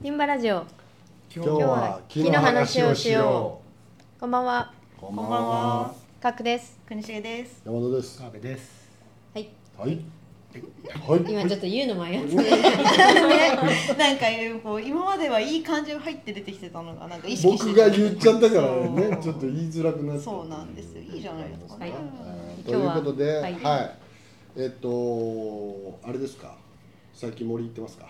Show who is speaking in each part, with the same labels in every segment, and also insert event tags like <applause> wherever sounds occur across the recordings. Speaker 1: リンバラジオ
Speaker 2: 今
Speaker 3: 今日は木の話をしよ
Speaker 1: こんばんは
Speaker 3: う。こ
Speaker 2: こんばんは。
Speaker 1: かくです
Speaker 4: 国重です。
Speaker 3: 山田です。
Speaker 2: 澤部です
Speaker 1: はい
Speaker 3: はい。はい。
Speaker 1: 今ちょっと言うの迷って
Speaker 4: なんかこう今まではいい感じが入って出てきてたのがなんか意識し
Speaker 3: 僕
Speaker 4: て
Speaker 3: が言っちゃったからね
Speaker 4: そ、う
Speaker 3: ちょっと言いづらくなった。
Speaker 4: そうなんですよいいじゃないですか
Speaker 1: はい
Speaker 3: うん
Speaker 1: 今日
Speaker 3: という
Speaker 1: は
Speaker 3: ことで、
Speaker 1: は
Speaker 3: はいい。えっとあれですか。最近森行ってますか。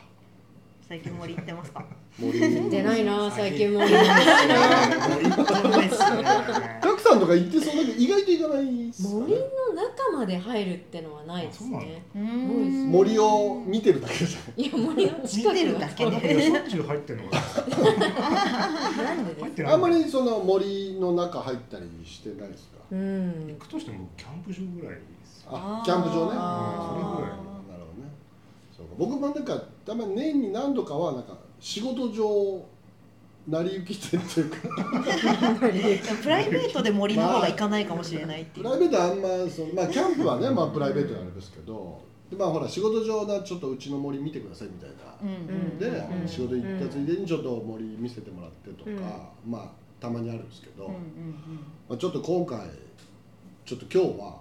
Speaker 4: 最近森行ってますか。
Speaker 3: 森。
Speaker 1: 言ってないな最近もう
Speaker 3: ガクさんとか行ってそうだけど意外と行かないっすかね
Speaker 1: 森の中まで入るってのはないですね
Speaker 4: う
Speaker 1: うん
Speaker 3: 森を見てるだけじ
Speaker 1: いや森の近く
Speaker 4: 見てるだけ
Speaker 2: あだって
Speaker 4: ね。
Speaker 2: 三十入ってるのか
Speaker 1: なんでで
Speaker 2: 入っ
Speaker 1: す
Speaker 2: て
Speaker 3: ゃ。
Speaker 2: なんい
Speaker 3: あんまりその森の中入ったりしてないですか。
Speaker 1: う
Speaker 2: 行
Speaker 1: ん
Speaker 2: くとしてもキャンプ場ぐらいです
Speaker 3: あ
Speaker 4: あー
Speaker 3: キャンプ場ね
Speaker 1: あ
Speaker 3: そ
Speaker 2: ー
Speaker 3: れぐらいなるほどねそうか僕もなんかたまに年に何度かはなんか仕事上成り行き店っていうか
Speaker 4: プライベートで森の方が行かないかもしれないってい
Speaker 3: プ
Speaker 4: う。
Speaker 3: ライベートあんまそのまあキャンプはねまあプライベートなんですけどでまあほら仕事上なちょっとうちの森見てくださいみたい
Speaker 4: うん
Speaker 3: な、
Speaker 4: うん
Speaker 3: で、
Speaker 1: うん
Speaker 3: 仕事行ったついでにちょっと森見せてもらってとか、
Speaker 1: うん
Speaker 3: まあたまにあるんですけど、
Speaker 4: うんうん
Speaker 3: まあ、ちょっと今回ちょっと今日は、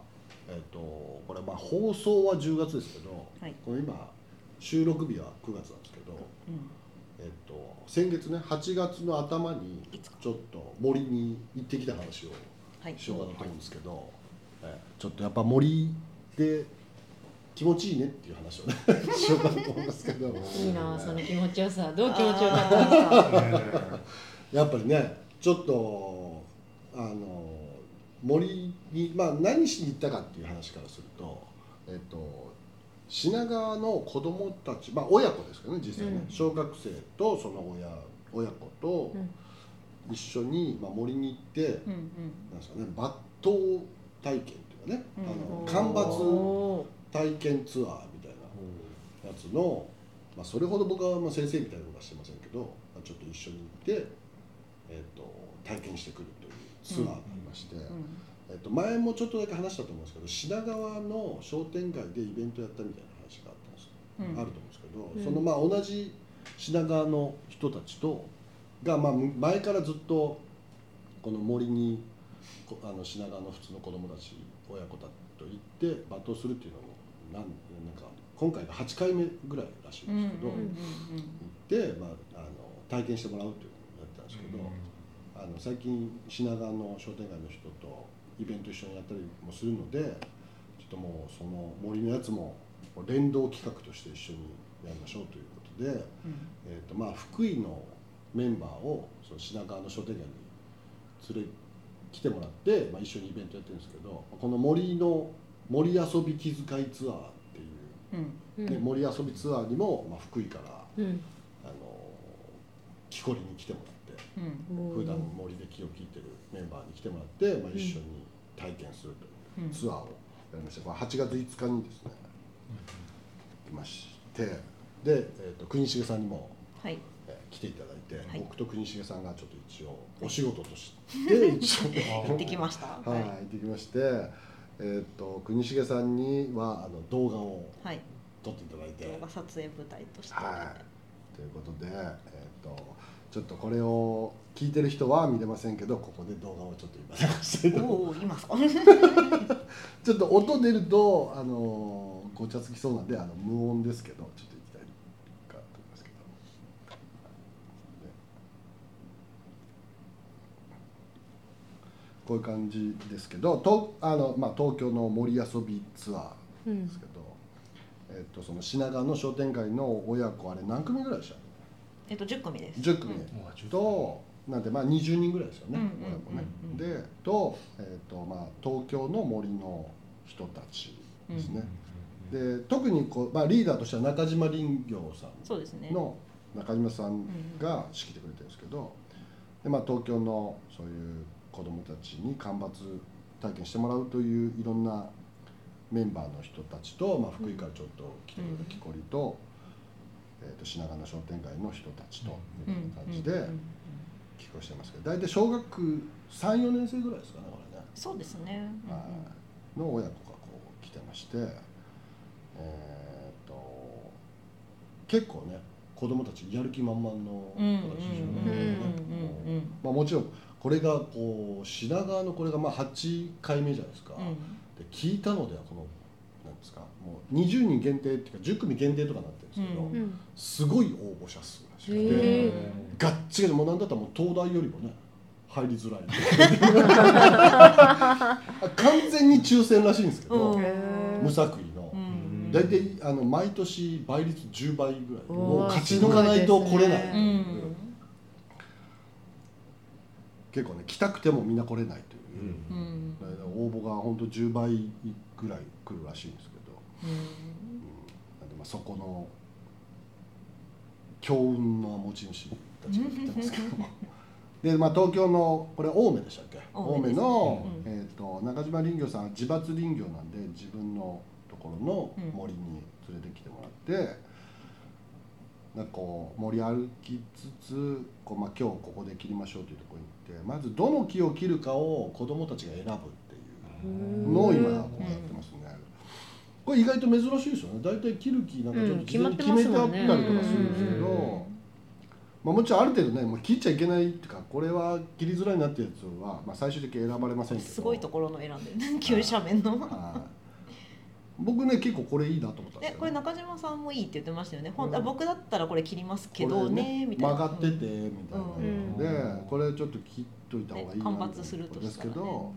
Speaker 3: えっとこれまあ放送は10月ですけど、
Speaker 4: はい
Speaker 3: これ今収録日は9月なんですけど、
Speaker 4: うんうん
Speaker 3: えっと先月ね8月の頭に
Speaker 4: いつか
Speaker 3: ちょっと森に行ってきた話を
Speaker 4: はい。
Speaker 3: しようかなと思うんですけど、えちょっとやっぱ森で気持ちいいねっていう話
Speaker 1: <laughs>
Speaker 3: をねしようかなと思うんですけど
Speaker 1: いいなその
Speaker 3: ね
Speaker 1: 気持ちよさどう気持ちよかったですか
Speaker 3: やっぱりねちょっとあの森に、まあ、何しに行ったかっていう話からすると、えっと、品川の子供たち、まあ、親子ですけどね実際ね、
Speaker 1: うん
Speaker 3: 小学生とその親親子と
Speaker 1: うん
Speaker 3: 一緒に、まあ、森に行って、
Speaker 4: うんうん
Speaker 3: なんですかね抜刀体験っていうかね、
Speaker 4: うん
Speaker 3: あの間伐
Speaker 1: おー
Speaker 3: 体験ツアーみたいなやつの、まあ、それほど僕はまあ先生みたいなことはしてませんけど、まあ、ちょっと一緒に行って、えっと体験してくるというツアーがありまして、
Speaker 4: う
Speaker 3: えっと前もちょっとだけ話したと思うんですけど品川の商店街でイベントやったみたいな話があったんですよ、
Speaker 4: んうん
Speaker 3: あると思うん
Speaker 1: う
Speaker 3: で
Speaker 1: ん
Speaker 3: すけど、そのまあ同じ品川の人たちとが、まあ、む前からずっとこの森にこあの品川の普通の子供たち親子たちと行って罵倒するっていうのもなんなんか今回が8回目ぐらいらしい
Speaker 4: うん
Speaker 3: んですけど、
Speaker 4: うんう
Speaker 3: 行
Speaker 4: ん
Speaker 3: って、まあ、あの体験してもらうっていうのをやってたんですけど。あの最近品川の商店街の人とイベント一緒にやったりもするのでちょっともうその森のやつも連動企画として一緒にやりましょうということで、
Speaker 4: うん
Speaker 3: えーとまあ、福井のメンバーをその品川の商店街に連れ来てもらって、まあ、一緒にイベントやってるんですけどこの森の森遊び気遣いツアーっていう
Speaker 4: うん
Speaker 1: う、
Speaker 3: ね
Speaker 1: ん
Speaker 3: 森遊びツアーにも、まあ、福井から
Speaker 1: うん
Speaker 3: あの木こりに来てもらって。
Speaker 4: うん
Speaker 1: おー
Speaker 3: 普段森で木を切ってるメンバーに来てもらって、まあ、
Speaker 1: うん
Speaker 3: 一緒に体験すると
Speaker 4: う
Speaker 3: いうんツアーをやりました、これ8月5日にですね来ましてで、えー、と国重さんにも、
Speaker 4: はい
Speaker 3: えー来ていただいて、
Speaker 4: い
Speaker 3: 僕と国重さんがちょっと一応お仕事として一応
Speaker 4: 行ってきました。
Speaker 3: はい、行ってきまして、えー、と国重さんにはあの動画を
Speaker 4: はい。
Speaker 3: 撮っていただいて。
Speaker 4: 動画撮影舞台として。
Speaker 3: はい、ということで、えー、とちょっとこれを聞いてる人は見れませんけどここで動画をちょっと今流していただ
Speaker 4: おおいますか。 <laughs>
Speaker 3: ちょっと音出ると、あのーごちゃつきそうなんであの無音ですけどちょっといきたいかと思いますけど。こういう感じですけどとあの、まあ、東京の森遊びツアー
Speaker 1: うん
Speaker 3: ですけど、えっとその品川の商店街の親子あれ何組ぐらいでした
Speaker 4: えっと十組です。
Speaker 3: 10組となんでまあ20人ぐらいですよね、
Speaker 4: うん
Speaker 3: 親子ね
Speaker 4: うんうん
Speaker 3: でと,、えーとまあ、東京の森の人たちですね、で特にこう、まあ、リーダーとしては中島林業さ
Speaker 4: そうですね。
Speaker 3: んの中島さんが仕切ってくれてるんですけどで、まあ、東京のそういう子どもたちに間伐体験してもらうといういろんなメンバーの人たちと、まあ、福井からちょっと来てくれた木こりと,、えー、と品川の商店街の人たちとみたいな感じで。寄稿してますけど大体小学34年生ぐらいですかねこれね、
Speaker 4: そうですね。
Speaker 3: はいの親子がこう来てましてえーっと結構ね子供たちやる気満々の
Speaker 4: うんうん
Speaker 3: 子たちですよ
Speaker 4: うんうん
Speaker 3: ね。
Speaker 4: うんうん
Speaker 3: まあ、もちろんこれがこう品川のこれがまあ8回目じゃないですか、
Speaker 4: うん
Speaker 3: で聞いたのではこのなんですかもう20人限定っていうか10組限定とかなってるんですけど、
Speaker 4: うん
Speaker 1: うん
Speaker 3: すごい応募者数らしくて、
Speaker 1: へえ
Speaker 3: がっちりでもうなんだったらもう東大よりもね入りづらい <laughs> 完全に抽選らしいんですけど、
Speaker 4: うん
Speaker 1: へ
Speaker 3: 無作為の
Speaker 4: う。ん
Speaker 3: 大体あの毎年倍率10倍ぐらい
Speaker 1: おー
Speaker 3: もう勝ち抜かないと来れない
Speaker 1: す
Speaker 4: う
Speaker 1: ごいで
Speaker 4: ん
Speaker 3: 結構ね来たくてもみんな来れないという、
Speaker 4: うんうん
Speaker 3: だから応募が本当10倍ぐらい来るらしいんですけど、なんでまあそこの強運の持ち主たちが言ってますけど
Speaker 4: <laughs>
Speaker 3: で、まあ、東京のこれ青梅でしたっけ青
Speaker 4: 青梅
Speaker 3: 梅
Speaker 4: ですね
Speaker 3: の、
Speaker 4: う
Speaker 3: えー、と中島林業さんは自伐林業なんで自分のところの森に連れてきてもらって、なんかこう森歩きつつこう、まあ、今日ここで切りましょうというところに行ってまずどの木を切るかを子どもたちが選ぶっていう。のを今こうやってますね、これ意外と珍しいですよね大体切る気なんかちょっと事前に決めてあったりとかするんですけど、
Speaker 1: うん
Speaker 3: まあ、もちろんある程度ねもう切っちゃいけないっていうかこれは切りづらいなってやつは、まあ、最終的に選ばれませんけど
Speaker 4: すごいところの選んでるね急斜面の
Speaker 3: はい僕ね結構これいいなと思ったんです
Speaker 4: え
Speaker 3: よ、ね、
Speaker 4: これ中島さんもいいって言ってましたよね、ほん
Speaker 3: う
Speaker 4: あ
Speaker 3: ん
Speaker 4: 僕だったらこれ切りますけどねみたいな
Speaker 3: 曲がっててみたいなので、
Speaker 2: うん
Speaker 3: これちょっと切っといた方がいいな
Speaker 4: ね間伐すると
Speaker 3: ですけ
Speaker 4: したらね
Speaker 3: ど、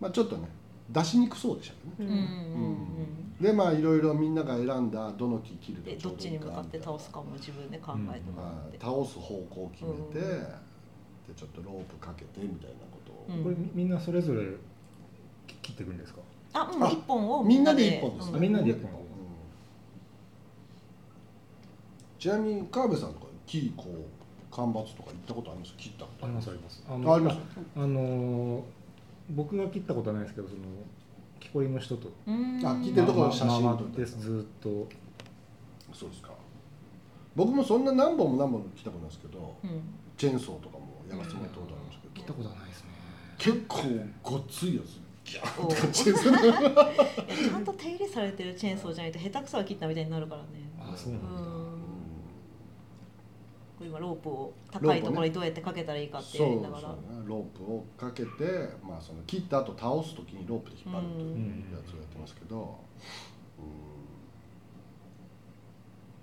Speaker 3: まあ、ちょっとね出しにくそうでしたよね
Speaker 1: うん
Speaker 4: うんうんうん
Speaker 3: でまあいろいろみんなが選んだどの木切る
Speaker 4: で
Speaker 3: ちょ
Speaker 4: ど
Speaker 3: う
Speaker 4: っ
Speaker 3: どい
Speaker 4: ち
Speaker 3: い
Speaker 4: に
Speaker 3: か
Speaker 4: 向かって倒すかも自分で考えてもら
Speaker 3: ま
Speaker 4: って
Speaker 3: あ、倒す方向を決めて、
Speaker 4: うん
Speaker 3: でちょっとロープかけてみたいなことを、
Speaker 4: うん
Speaker 2: これみみんなそれぞれき切っていくんですか
Speaker 4: あ、うん、一本を
Speaker 3: みんなで一本です
Speaker 4: う
Speaker 3: ね
Speaker 4: ん
Speaker 2: みんなで一本
Speaker 3: うんちなみに川辺さんとか木こう間伐とか行ったことあります切ったこと
Speaker 2: ありますありますあ
Speaker 3: ああります
Speaker 2: あのー僕が切ったことはないですけどその木こりの人と
Speaker 4: うん
Speaker 3: あ聞いてるところ写真
Speaker 2: まあまあですずっと
Speaker 3: そうですか僕もそんな何本も何本も切ったことないですけど
Speaker 4: うん
Speaker 3: チェーンソーとかもやらせてもらったことありますけど、
Speaker 2: 切ったことはないですね
Speaker 3: 結構ごっついやつギャーって感 <laughs> じです
Speaker 4: ちゃんと手入れされてるチェーンソーじゃないと下手くそは切ったみたいになるからね
Speaker 2: あそうなん
Speaker 4: う
Speaker 2: だ、
Speaker 4: んこれ今ロープを
Speaker 3: ロープを
Speaker 4: 高
Speaker 3: ね
Speaker 4: いところにどうやってかけたらいいかって
Speaker 3: そう
Speaker 4: や
Speaker 3: そ
Speaker 4: り
Speaker 3: う、ね
Speaker 4: ながら、
Speaker 3: ロープをかけて、まあ、その切った後倒す時にロープで引っ張るというやつをやってますけど、うん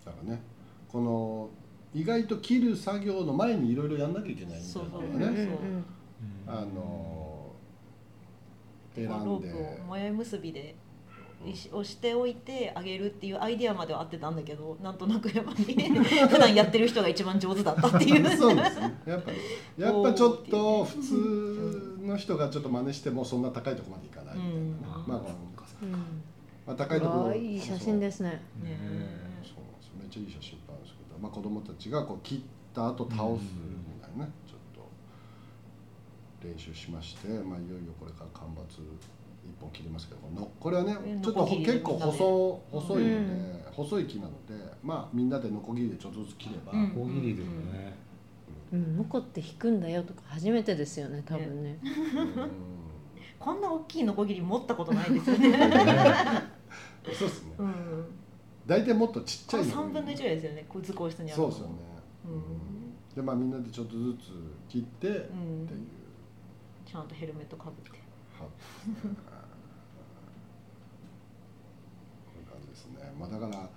Speaker 3: だからねこの意外と切る作業の前にいろいろやんなきゃいけないみたいなのが
Speaker 1: うん
Speaker 3: ね
Speaker 1: うん
Speaker 2: うん
Speaker 3: あの選
Speaker 4: この
Speaker 3: ん
Speaker 4: ロ
Speaker 3: で
Speaker 4: ープをもや結びでし押しておいてあげるっていうアイディアまでは合ってたんだけどなんとなくやっぱり
Speaker 3: <laughs>
Speaker 4: 普段やってる人が一番上手だったっていう
Speaker 3: そうですねやっぱりやっぱちょっと普通の人がちょっと真似してもそんな高いところまでいかないみたいな、
Speaker 4: うん
Speaker 3: まあこの
Speaker 1: うん
Speaker 3: まあ高いとこ
Speaker 1: わ
Speaker 3: ろ
Speaker 1: あいい写真ですすね
Speaker 2: ね
Speaker 4: ね
Speaker 3: そうなんですよめっちゃいい写真いっぱいあるんですけど、まあ、子供たちがこう切った後倒すみたいなね、ちょっと練習しまして、まあ、いよいよこれから間伐一本切りますけどのこれはね
Speaker 4: ね
Speaker 3: ちょっと
Speaker 4: ノコギリで
Speaker 3: 結構細
Speaker 4: みんなで
Speaker 3: 細いので、
Speaker 1: う
Speaker 3: 細い木なので、まあ、みんなでノコギリでちょっとずつ切れば、
Speaker 4: うん
Speaker 2: 大喜利でもね、
Speaker 1: うんノコって引くんだよとか初めてですよね多分ね
Speaker 3: うん
Speaker 4: こんな大きいノコギリ持ったことないですよね、
Speaker 3: <laughs> そうですね
Speaker 4: うん、
Speaker 3: 大体もっとちっち
Speaker 4: こ
Speaker 3: ゃい
Speaker 4: の
Speaker 3: の
Speaker 4: 3分の1ぐらいですよねこう図工室にある
Speaker 3: そうですよね、
Speaker 4: うん
Speaker 3: うんでまあみんなでちょっとずつ切ってっていう
Speaker 4: う、ん、ちゃんとヘルメットかぶって
Speaker 3: はいこういう感じですね。まあだから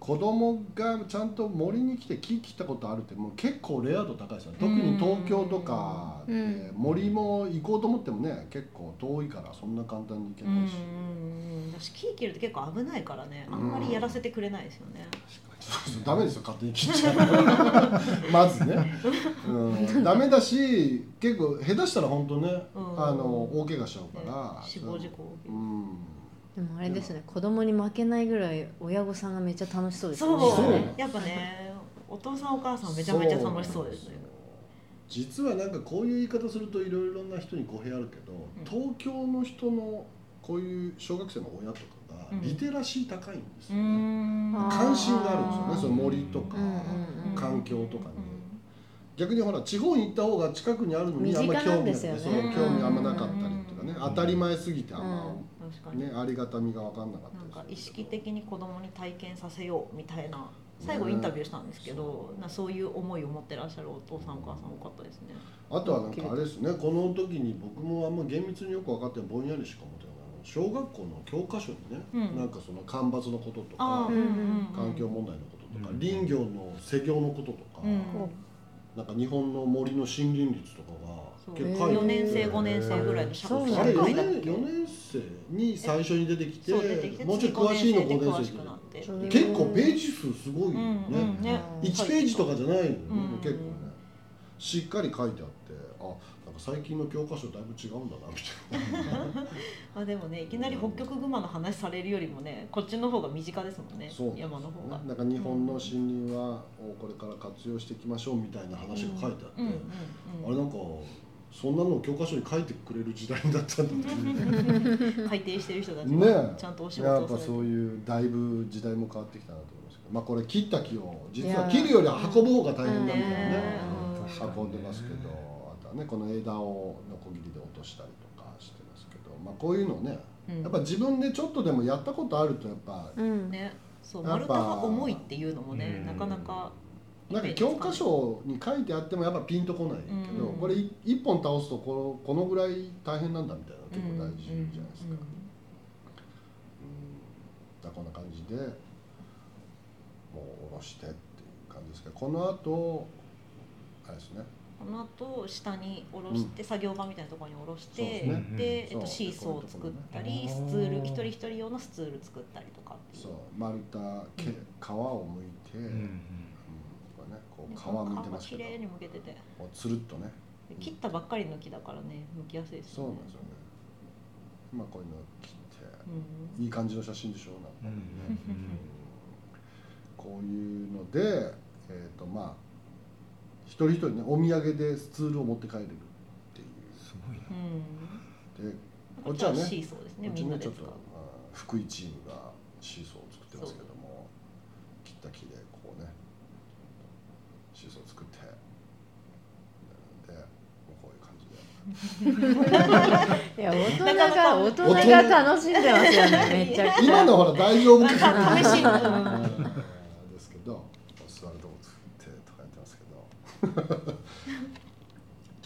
Speaker 3: 子供がちゃんと森に来て木切ったことあるってもう結構レア度高いですよね。特に東京とかで
Speaker 1: うん
Speaker 3: 森も行こうと思ってもね結構遠いからそんな簡単に行け
Speaker 4: う
Speaker 3: ない
Speaker 4: ん
Speaker 3: し。
Speaker 4: 私木切るって結構危ないからねあんまりやらせてくれないですよね、
Speaker 3: ダメですよ勝手に切っちゃうまずね、うん、ダメだし結構下手したら本当ね、
Speaker 4: うん
Speaker 3: あの大怪我しちゃうから、
Speaker 4: 死亡事故
Speaker 3: うん
Speaker 1: でもあれですね子供に負けないぐらい親御さんがめっちゃ楽しそうですね
Speaker 4: そう
Speaker 3: そう
Speaker 4: やっぱねお父さんお母さんめちゃめちゃ楽しそうですね
Speaker 3: 実はなんかこういう言い方するといろいろな人に語弊あるけど、東京の人のこういう小学生の親とかが
Speaker 4: うん
Speaker 3: リテラシー高いんです
Speaker 4: う
Speaker 3: よね、
Speaker 4: ん
Speaker 1: あー
Speaker 3: 関心があるんですよねその森とか、
Speaker 1: うんうんうん
Speaker 3: 環境とかに、逆にほら地方に行った方が近くにあるのにあんま
Speaker 1: 身近
Speaker 3: 興
Speaker 1: なん
Speaker 3: 味
Speaker 1: で
Speaker 3: なく
Speaker 1: す
Speaker 3: て、
Speaker 1: よね
Speaker 3: そう興味あんまなかったりとかね、
Speaker 4: うん
Speaker 3: 当たり前すぎてあんま、
Speaker 4: 確か
Speaker 3: ね
Speaker 4: に、
Speaker 3: ありがたみが分かんなかった
Speaker 4: な
Speaker 3: り
Speaker 4: ん
Speaker 3: する
Speaker 4: か
Speaker 3: け
Speaker 4: 意識
Speaker 3: ど
Speaker 4: 的に子供に体験させようみたいな最後インタビューしたんですけど、なそういう思いを持ってらっしゃるお父さんお母さん多かったですね。
Speaker 3: あとはなんかあれですねこの時に僕もあんま厳密によく分かってないぼんやりしか思ってないあの小学校の教科書にね、
Speaker 4: うん
Speaker 3: なんかその干ばつのこととか
Speaker 4: ああ、うんうん、
Speaker 3: 環境問題のこととか、
Speaker 2: うん
Speaker 3: 林業の施業のこととか、
Speaker 4: うん
Speaker 3: なんか日本の森の森林率とかが結構
Speaker 1: そう
Speaker 3: 書いて
Speaker 4: 4
Speaker 3: て
Speaker 4: 年生5年生ぐらいの社
Speaker 1: そう
Speaker 4: 会
Speaker 1: なんだ
Speaker 3: あれ4
Speaker 4: だっ
Speaker 3: 年
Speaker 4: け
Speaker 3: ,4 年生に最初に出てきて
Speaker 4: そう出てきて
Speaker 3: もうちょい
Speaker 4: 次五
Speaker 3: 詳しいの
Speaker 4: 年生で
Speaker 3: 5
Speaker 4: 詳
Speaker 3: 年
Speaker 4: しくなっ
Speaker 3: 生
Speaker 4: て
Speaker 1: そう
Speaker 3: って結構ページ数すごいよ
Speaker 4: う
Speaker 3: ね、
Speaker 4: んうんね
Speaker 1: うん
Speaker 3: 1ページとかじゃないのよね、
Speaker 4: うん
Speaker 3: 結構ねしっかり書いてあってあなんか最近の教科書だいぶ違うんだなみたいな
Speaker 4: <laughs> まあでもねいきなり北極熊の話されるよりもねこっちの方が身近ですもんね
Speaker 3: そうなんですよ
Speaker 4: 山の方が。
Speaker 3: なんか日本の森林はをこれから活用していきましょうみたいな話が書いてあって、
Speaker 4: うんうん
Speaker 3: あれなんかそんなの教科書に書いてくれる時代だったんだっていう
Speaker 4: うん、改定してる人たち
Speaker 3: ね
Speaker 4: がちゃんとお
Speaker 3: <laughs>
Speaker 4: 仕
Speaker 3: や
Speaker 4: 事
Speaker 3: っぱ
Speaker 4: をされて
Speaker 3: そういうだいぶ時代も変わってきたなと思いますけどまあこれ切った木を実
Speaker 1: いや
Speaker 3: は
Speaker 1: ー
Speaker 3: 切るより運ぶ方が大変だみたいな
Speaker 4: ね
Speaker 3: ね
Speaker 4: うん
Speaker 2: 確かにね
Speaker 3: 運んでますけどあとはねこの枝をノコギリで落としたりとかしてますけどまあこういうのね
Speaker 4: うん
Speaker 3: やっぱ自分でちょっとでもやったことあるとやっぱ
Speaker 1: うん、
Speaker 4: ねそう
Speaker 3: やっぱ
Speaker 4: 丸太が重いっていうのもね
Speaker 2: うん
Speaker 4: なかなか
Speaker 3: なんか教科書に書いてあってもやっぱピンとこないけど
Speaker 4: うん
Speaker 3: これい一本倒すとこのこのぐらい大変なんだみたいなの結構大事じゃないですか。うんだからこんな感じでもう下ろしてっていう感じですけどこの後あれですね
Speaker 4: この後下に下ろして、作業場みたいなところに下ろし
Speaker 3: そうで
Speaker 4: て
Speaker 3: すね
Speaker 4: で、え
Speaker 3: そう
Speaker 4: っと、シーソーを作ったり、
Speaker 2: あ
Speaker 4: ス
Speaker 2: ー
Speaker 4: ツール一人一人用のスツール作ったりとかってい
Speaker 3: そうう丸太け皮を剥いて、うん
Speaker 2: うん
Speaker 3: これねこう
Speaker 4: で
Speaker 3: 皮剥いて
Speaker 4: 皮が
Speaker 3: ますけ
Speaker 4: 綺
Speaker 3: ど
Speaker 4: 麗に剥けてて
Speaker 3: もうつるっとね
Speaker 4: で切ったばっかりの木だからね剥きやすいです
Speaker 3: そ
Speaker 4: よ
Speaker 3: う
Speaker 4: ね
Speaker 3: なんですよねまあこういうの切っ
Speaker 4: うん
Speaker 3: ていい感じの写真でしょなんか
Speaker 2: うんうん
Speaker 3: こう
Speaker 2: うん
Speaker 3: いうのでえっ、とまあ一人一人ねお土産でスツールを持って帰れるってい
Speaker 2: すごいな
Speaker 3: うで
Speaker 4: うん、
Speaker 3: こっちはね
Speaker 4: シーソーですね
Speaker 3: う
Speaker 4: み
Speaker 3: ち
Speaker 4: んな
Speaker 3: の
Speaker 4: で
Speaker 3: ち
Speaker 4: 使
Speaker 3: ょっと、ま
Speaker 4: う
Speaker 3: あ、福井チームがシーソーを作ってますけども切った木でこうねシーソーを作ってでもうこういう感じ
Speaker 1: い
Speaker 3: で
Speaker 4: <laughs>
Speaker 1: や大人
Speaker 4: なかなか
Speaker 1: が大人が楽しんでますよねめっちゃくちゃ
Speaker 3: 今のほら大丈夫か
Speaker 4: なんか試し
Speaker 3: う
Speaker 4: に
Speaker 3: んですけど座るとこ作ってとかやってますけど
Speaker 4: <laughs>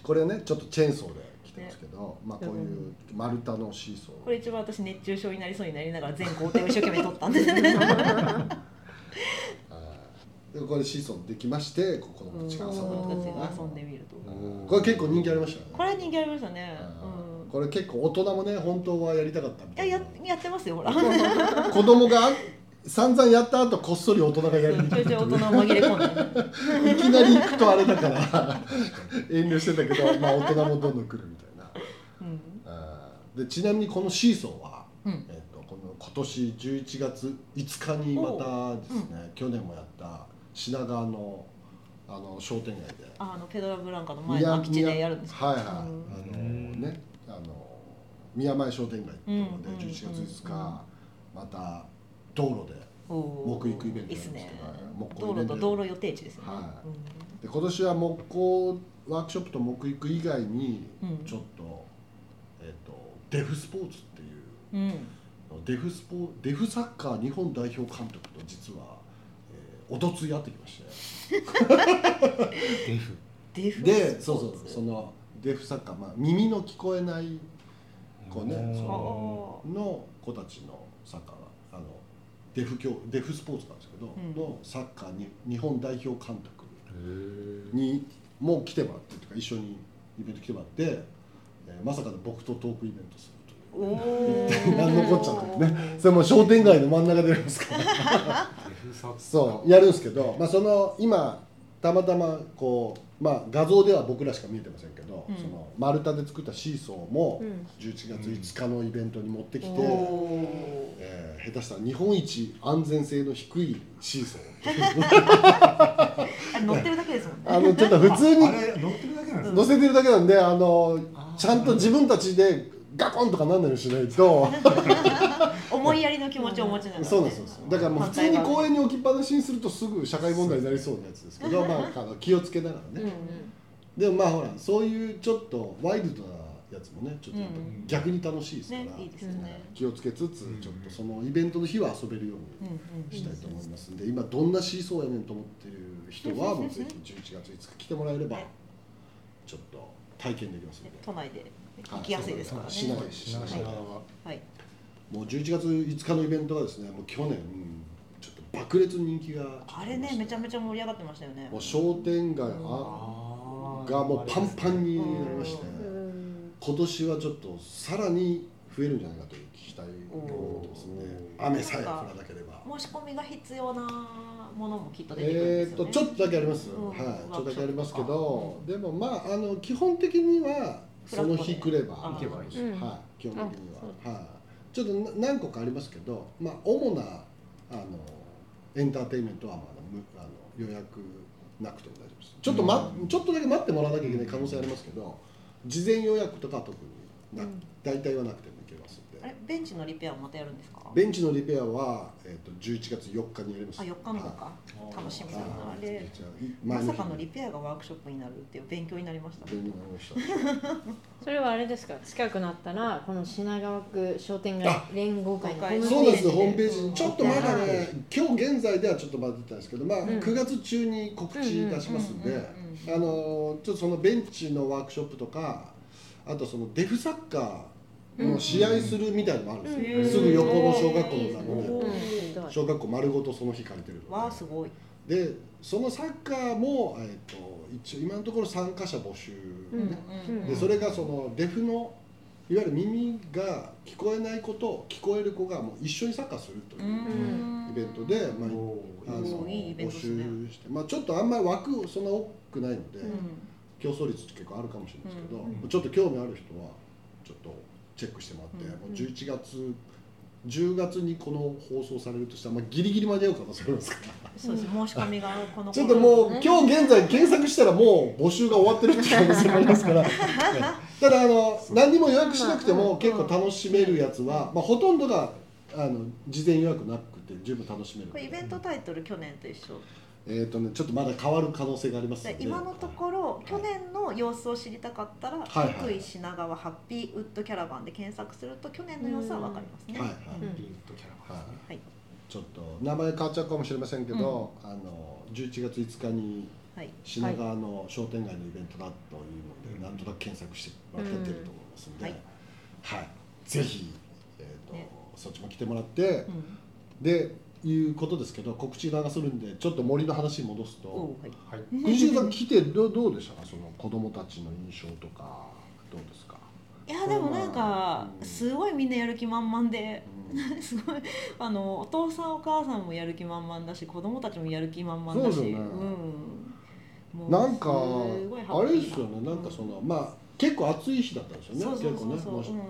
Speaker 3: これねちょっとチェーンソーで来てますけど、まあこういう丸太のシーソー
Speaker 4: これ一番私熱中症になりそうになりながら全工程を一生懸命取ったんで
Speaker 3: でこれシーソーできましてここの
Speaker 4: <laughs> うん
Speaker 3: 子
Speaker 4: 子
Speaker 3: たちが遊ぶ
Speaker 4: 供
Speaker 3: ん
Speaker 4: た
Speaker 3: で
Speaker 4: ち
Speaker 3: す
Speaker 4: が遊
Speaker 3: よ
Speaker 4: んで
Speaker 3: ね
Speaker 4: みると
Speaker 2: うん
Speaker 3: これ結構人気ありましたよね
Speaker 4: これ人気ありましたね、
Speaker 3: うん
Speaker 4: うん、
Speaker 3: これ結構大人もね本当はやりたかったみ
Speaker 4: い
Speaker 3: た
Speaker 4: や
Speaker 3: いな
Speaker 4: ややってます
Speaker 3: <laughs>
Speaker 4: よほら
Speaker 3: 子供が散々やった後こっそり大人がやる
Speaker 4: ちょいちょい <laughs> 大人を紛れ込んでね、
Speaker 3: いきなり行くとあれだから遠慮してたけ
Speaker 4: <laughs>
Speaker 3: ど、まあ、大人もどんどん来るみたいな
Speaker 4: うん
Speaker 3: あーでちなみにこのシーソーは、
Speaker 4: うん
Speaker 3: えっとこの今年11月5日にまたですね、去年もやった品川のあの商店街で
Speaker 4: あのペドラブランカの前の空き地でやるんですけど
Speaker 3: はいはい、
Speaker 2: うん
Speaker 3: あのねあの宮前商店街っていうので、
Speaker 4: うんうん
Speaker 3: 11月5日、
Speaker 4: うん
Speaker 3: また道路で
Speaker 4: お
Speaker 3: 木育イベント
Speaker 4: いい
Speaker 3: や
Speaker 4: っ
Speaker 3: る
Speaker 4: す
Speaker 3: んです
Speaker 4: ね
Speaker 3: けど木
Speaker 4: 道
Speaker 3: 工イベ
Speaker 4: 路
Speaker 3: ント
Speaker 4: と道路予定地ですよね、
Speaker 3: はいで今年は木工ワークショップと木育以外に
Speaker 4: うん
Speaker 3: ちょっと,、えっとデフスポーツっていう
Speaker 4: うんうん
Speaker 3: デフスポデフサッカー日本代表監督と実は、えー、おとつい会ってきまして
Speaker 2: デフ
Speaker 4: デフ
Speaker 3: で
Speaker 4: ス
Speaker 3: そ
Speaker 4: ポ
Speaker 3: う
Speaker 4: ーツ
Speaker 3: そうそのデフサッカー、まあ、耳の聞こえないこうね
Speaker 2: うん
Speaker 3: そ
Speaker 4: あ
Speaker 3: の子たちのサッカーがあのデフ教デフスポーツなんですけど、
Speaker 4: ん
Speaker 3: のサッカーに日本代表監督
Speaker 2: へー
Speaker 3: にも来てもらってというか一緒にイベント来てもらって、えーまさかの僕とトークイベントする
Speaker 4: ーお
Speaker 3: という <laughs>
Speaker 4: ー
Speaker 3: 何のこっちゃというねそれもう商店街の真ん中でやりますから
Speaker 2: デフサッカ
Speaker 3: <laughs>
Speaker 2: ー
Speaker 3: そうやるんですけど、まあ、その今たまたまこう、まあ、画像では僕らしか見えてませんけど、
Speaker 4: うん
Speaker 3: その丸太で作ったシーソーも
Speaker 1: うん
Speaker 3: 11月5日のイベントに持ってきて、
Speaker 4: おー
Speaker 3: えー下手したら日本一安全性の低いシーソー
Speaker 4: あれ乗ってるだけですもん
Speaker 3: <laughs>
Speaker 4: ね
Speaker 3: あのちょっと普通に
Speaker 2: ああれ乗ってるだけなんです
Speaker 3: 乗せてるだけなんであの
Speaker 2: あー
Speaker 3: ちゃんと自分たちでガコンとかなんなりしないと
Speaker 4: 思いやりの気持ちをお持ちなの
Speaker 3: そうなんですよだからもう普通に公園に置きっぱなしにするとすぐ社会問題になりそうなやつですけど、まあ、あの気をつけながらね。
Speaker 4: うん
Speaker 3: でもまあほらそういうちょっとワイルドなやつもねちょっとやっぱ
Speaker 4: うん
Speaker 3: 逆に楽しいですから、
Speaker 4: ねいいですよね、
Speaker 3: 気をつけつつ
Speaker 2: うん
Speaker 3: ちょっとそのイベントの日は遊べるよ
Speaker 4: う
Speaker 3: うん
Speaker 4: うん
Speaker 3: にしたいと思いますんで今どんなシーソーやねんと思ってる人
Speaker 4: <laughs>
Speaker 3: はもうぜひ11月5日来てもらえれば
Speaker 4: ね
Speaker 3: ちょっと体験できますんで
Speaker 4: ね。都内で行きやすいですからね
Speaker 3: は。しな
Speaker 2: はい
Speaker 3: しない
Speaker 2: 品川は
Speaker 4: はい。
Speaker 3: もう11月5日のイベントはですねもう去年、うんちょっと爆裂人気が
Speaker 4: あれねめちゃめちゃ盛り上がってましたよね
Speaker 3: も。う商店街あがもうパンパンになりまして、
Speaker 1: うん
Speaker 3: 今年はちょっとさらに増えるんじゃないかという期待を持ってますね
Speaker 2: おー
Speaker 3: 雨さえ降らなければ
Speaker 4: 申し込みが必要なものもきっと出てくるん
Speaker 3: え
Speaker 4: で
Speaker 3: ー、
Speaker 4: すよ
Speaker 3: と
Speaker 4: ね。
Speaker 3: ちょっとだけあります、
Speaker 4: うん
Speaker 3: はい、ちょ
Speaker 4: ワ
Speaker 3: っと
Speaker 4: ーク
Speaker 3: だ
Speaker 4: ショップとか
Speaker 3: けありますけどでもまああの基本的にはその日来れば
Speaker 4: フラットで
Speaker 2: あー
Speaker 3: はい
Speaker 1: うん
Speaker 3: 基本的には
Speaker 1: あそう、
Speaker 3: はい、ちょっとな何個かありますけど、まあ、主なあのエンターテインメントはまだ無あの予約なくても大丈夫ですちょっと、ま
Speaker 2: うん
Speaker 3: ちょっとだけ待ってもらわなきゃいけない可能性ありますけど事前予約とかは特にな、
Speaker 1: うん
Speaker 3: 大体はなくてもいけますん
Speaker 4: あれ
Speaker 3: で
Speaker 4: ベンチのリペアもまたやるんですか。
Speaker 3: ベンチのリペアは、えー、と11月4日にやります
Speaker 4: あ四日目と
Speaker 3: はい
Speaker 4: か
Speaker 2: はい
Speaker 4: 楽しみだな
Speaker 3: あ
Speaker 4: あれ。
Speaker 3: 前
Speaker 4: ま
Speaker 3: の日
Speaker 4: さかのリペアがワークショップになるっていう勉強になりました。
Speaker 3: 勉強になりました
Speaker 1: それはあれですか近くなったらこの品川区商店街連合会のホームページ
Speaker 3: そうなんですよホームページ
Speaker 4: う
Speaker 3: に
Speaker 4: ん
Speaker 3: ちょっとまだね今日現在ではちょっとまだ出てないですけど、まあ、
Speaker 1: ん
Speaker 3: 9月中に告知出しますんで、
Speaker 4: うんうんうん
Speaker 3: あのちょっとそのベンチのワークショップとかあとそのデフサッカーの試合するみたいのもあるんですよ、
Speaker 1: うん
Speaker 3: すぐ横の小学校の中
Speaker 2: うん
Speaker 3: で
Speaker 1: うん
Speaker 3: 小学校丸ごとその日借りてるので
Speaker 4: わあすごい。
Speaker 3: でそのサッカーも、えっと一応今のところ参加者募集、
Speaker 1: うん
Speaker 4: うんうん
Speaker 3: で
Speaker 2: うん
Speaker 3: それがそのデフのいわゆる耳が聞こえない子と聞こえる子がもう一緒にサッカーするといううイ
Speaker 4: ん
Speaker 3: ベントで、まあ、あの
Speaker 4: おーいいイベン
Speaker 3: 募
Speaker 4: トですね
Speaker 3: 集して、まあ、ちょっとあんまり枠そんな多くないので、
Speaker 4: うん
Speaker 3: 競争率結構あるかもしれないですけど、
Speaker 2: うん
Speaker 3: ちょっと興味ある人はちょっとチェックしてもらって、
Speaker 4: うん
Speaker 3: もう11月10月にこの放送されるとしたら、まあ、ギリギリ間に合う可能性ありますから
Speaker 4: そうです申し込みがこの
Speaker 3: ちょっともう
Speaker 4: 頃
Speaker 3: 今日現在検索したらもう募集が終わってるっていう可能性もありますからねただあの何にも予約しなくても結構楽しめるやつは、まあ、ほとんどがあの事前予約なくて十分楽しめるの
Speaker 4: <laughs> これイベントタイトル去年と一緒。
Speaker 3: えーとね、ちょっとまだ変わる可能性がありますの
Speaker 4: で
Speaker 3: で
Speaker 4: 今のところ去年の様子を知りたかったら、
Speaker 3: はいはい
Speaker 4: 福井品川ハッピーウッドキャラバンで検索すると去年の様子はわかりますね。
Speaker 3: はいは
Speaker 4: う
Speaker 3: い、
Speaker 4: ん
Speaker 3: は
Speaker 4: はい
Speaker 3: い、ちょっと名前変わっちゃうかもしれませんけど、あの11月5日に
Speaker 4: はい
Speaker 3: 品川の商店街のイベントだというので、
Speaker 2: うん
Speaker 3: なんとなく検索してもらって出ると思いますので、
Speaker 4: うんはい
Speaker 3: はい、ぜひ、えーと
Speaker 4: ね
Speaker 3: そっちも来てもらって
Speaker 4: う、ん
Speaker 3: でいうことですけど告知流するんでちょっと森の話に戻すと。
Speaker 4: おうはい
Speaker 2: はい
Speaker 3: 藤井さん来てどうどうでしたかその子供たちの印象とかどうですか
Speaker 4: いやでもなんか
Speaker 3: うん
Speaker 4: すごいみんなやる気満々で <laughs>
Speaker 3: うん
Speaker 4: すごいあのお父さんお母さんもやる気満々だし子供たちもやる気満々だし
Speaker 3: そうですよね
Speaker 4: うんもう
Speaker 3: なんか
Speaker 4: すごいハ
Speaker 3: あ
Speaker 4: ッピー
Speaker 3: れですよねなんかそのまあ結構暑い日だったんですよね
Speaker 4: そうそうそう
Speaker 3: 結
Speaker 4: そ
Speaker 3: 構
Speaker 4: う
Speaker 3: ねもし
Speaker 4: うん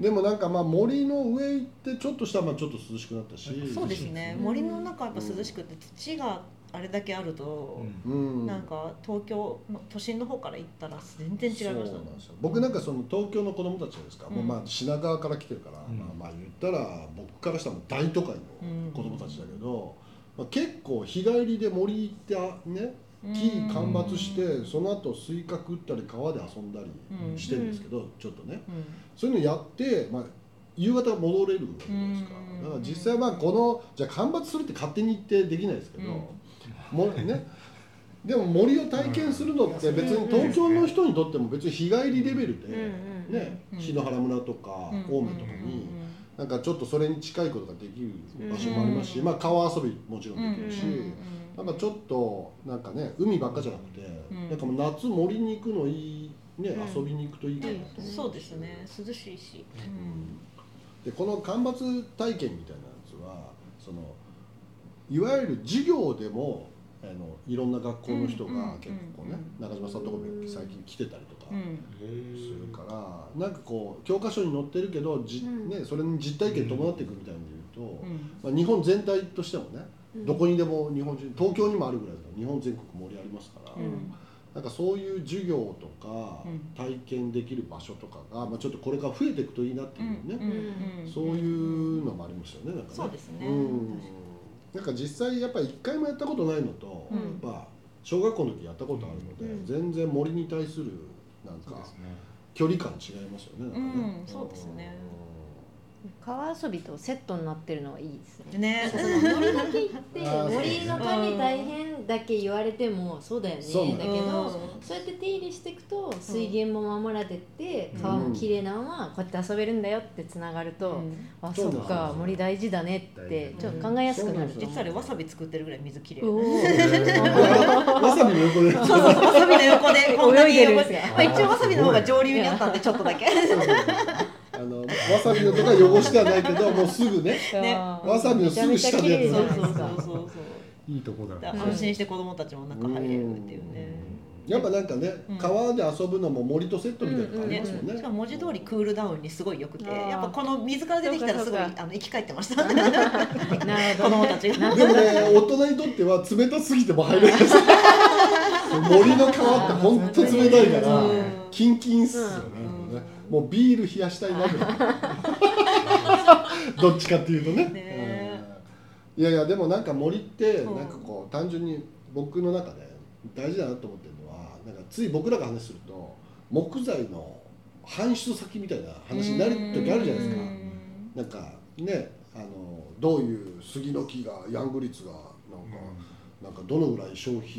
Speaker 3: でもなんかまあ森の上行ってちょっとしたらまあちょっと涼しくなったし
Speaker 4: そうですね
Speaker 1: うん
Speaker 4: 森の中やっぱ涼しくて土があれだけあると、
Speaker 3: うん
Speaker 4: なんか東京の都心の方から行ったら全然違いまし
Speaker 3: そ
Speaker 4: た
Speaker 3: う
Speaker 4: ね
Speaker 3: なんですよ僕なんかその東京の子供たちですか、もうまあ
Speaker 4: うん
Speaker 3: 品川から来てるから、
Speaker 2: うん
Speaker 3: まあ、まあ言ったら僕からしたらもう大都会の子供たちだけど、まあ、結構日帰りで森行ってあね木間伐してその後スイカ食ったり川で遊んだりしてるんですけど、ちょっとね
Speaker 4: うん
Speaker 3: そういうのやって、まあ、夕方戻れるわけじゃないですか
Speaker 4: うん
Speaker 3: だから実際はまあこのじゃあ間伐するって勝手に言ってできないですけど、
Speaker 4: うん
Speaker 3: もねでも森を体験するのって別に東京の人にとっても別に日帰りレベルで、
Speaker 1: うん
Speaker 3: ね
Speaker 4: うん
Speaker 3: 篠原村とか青梅とかに。なんかちょっとそれに近いことができる場所もありますし、
Speaker 4: うん
Speaker 3: まあ、川遊びもちろ
Speaker 4: うんうん
Speaker 3: んできるし、
Speaker 4: うんう
Speaker 3: なんんかちょっとなんかね海ばっかじゃなくて、
Speaker 4: うん
Speaker 3: なんかもう夏森に行くのいいね、
Speaker 1: うん
Speaker 3: 遊びに行くといいかなと思います
Speaker 4: そうですね涼しいし、
Speaker 3: でこの間伐体験みたいなやつはそのいわゆる授業でもあのいろんな学校の人
Speaker 4: うんうんう
Speaker 3: が
Speaker 4: ん
Speaker 3: 結構ね、中島さんとかも最近来てたりとか
Speaker 4: うんうん
Speaker 3: するから、なんかこう教科書に載ってるけどじ、
Speaker 1: うん
Speaker 3: ね、それに実体験伴っていくみたいに言うと、
Speaker 4: うん
Speaker 3: まあ、日本全体としてもね
Speaker 1: うん
Speaker 3: どこにでも日本中東京にもあるぐらいだから日本全国盛りありますから、
Speaker 4: うん
Speaker 3: なんかそういう授業とか
Speaker 4: うん
Speaker 3: 体験できる場所とかが、まあ、ちょっとこれから増えていくといいなっていうね、
Speaker 4: うん
Speaker 3: そういうのもありますよねなんかね。
Speaker 4: そうですね
Speaker 3: うんなんか実際やっぱり一回もやったことないのと、
Speaker 4: うん
Speaker 3: やっぱ小学校の時やったことあるので、
Speaker 1: うん
Speaker 3: 全然森に対するなんか
Speaker 2: そうですね
Speaker 3: 興距離感違いますよねだからね
Speaker 4: うんそうですね
Speaker 1: 川遊びとセットになってるのはいいですね
Speaker 3: <laughs>
Speaker 4: ね
Speaker 3: <laughs> そう
Speaker 1: 森
Speaker 3: <laughs>
Speaker 4: <laughs>
Speaker 1: の木って
Speaker 3: あー
Speaker 1: 森の種大変だけ言われてもそうだよね
Speaker 3: そうなん
Speaker 1: だ
Speaker 3: だ
Speaker 1: けど
Speaker 4: うん
Speaker 1: そうやって手入れしていくと水源も守られてって
Speaker 4: うん
Speaker 1: 川も綺麗なままこうやって遊べるんだよってつながると、あそっ
Speaker 3: そうなん
Speaker 1: か
Speaker 3: です
Speaker 1: 森大事だねってちょっと考えやすくなる
Speaker 3: うんそうなんですよ
Speaker 4: 実はあれわさび作ってるぐらい水きれい
Speaker 1: おお
Speaker 3: わさびの横で
Speaker 4: そうそうそうわさびの横でこんなに
Speaker 1: 泳いでるんですが
Speaker 4: まあ、一応わさびの方が上流にあったんでちょっとだけ
Speaker 3: あのわさびのとか汚してはないけどもうすぐね <laughs>
Speaker 4: ね
Speaker 3: わさびのすぐ下のや
Speaker 1: め
Speaker 4: そう
Speaker 3: つ
Speaker 1: ちゃめちゃ綺麗じゃない
Speaker 4: そうそ
Speaker 1: で
Speaker 4: う
Speaker 1: すか
Speaker 4: そうそう
Speaker 2: いいとこだ
Speaker 4: だから安心して子供たちも中入れるっていうね
Speaker 3: やっぱなんかね、
Speaker 4: うん
Speaker 3: 川で遊ぶのも森とセットみたいなのあり
Speaker 4: ね
Speaker 3: ますもんね、
Speaker 4: しかも文字通りクールダウンにすごいよくて
Speaker 1: あー
Speaker 4: やっぱこの水から出てきたらすごい
Speaker 1: そうか
Speaker 4: あ
Speaker 1: そう
Speaker 4: の生き返ってました <laughs> 子
Speaker 1: なるほど
Speaker 4: 供たちが
Speaker 3: でもね大人にとっては冷たすぎても入れ
Speaker 4: <laughs>
Speaker 3: ないです森の川ってほんと冷たいから、
Speaker 4: うん
Speaker 3: キンキンっすよね,、
Speaker 4: う
Speaker 3: も
Speaker 4: ん
Speaker 3: うビール冷やしたいなぐ
Speaker 4: <laughs>
Speaker 3: らいどっちかっていうとね
Speaker 4: ねえ
Speaker 3: うんいやいやでもなんか森って
Speaker 4: うん
Speaker 3: なんかこう単純に僕の中で大事だなと思ってるのはなんかつい僕らが話すると木材の搬出先みたいな話になる時あるじゃないですか。なんかねあのどういう杉の木がヤング率がなんか、なんかどのぐらい消費、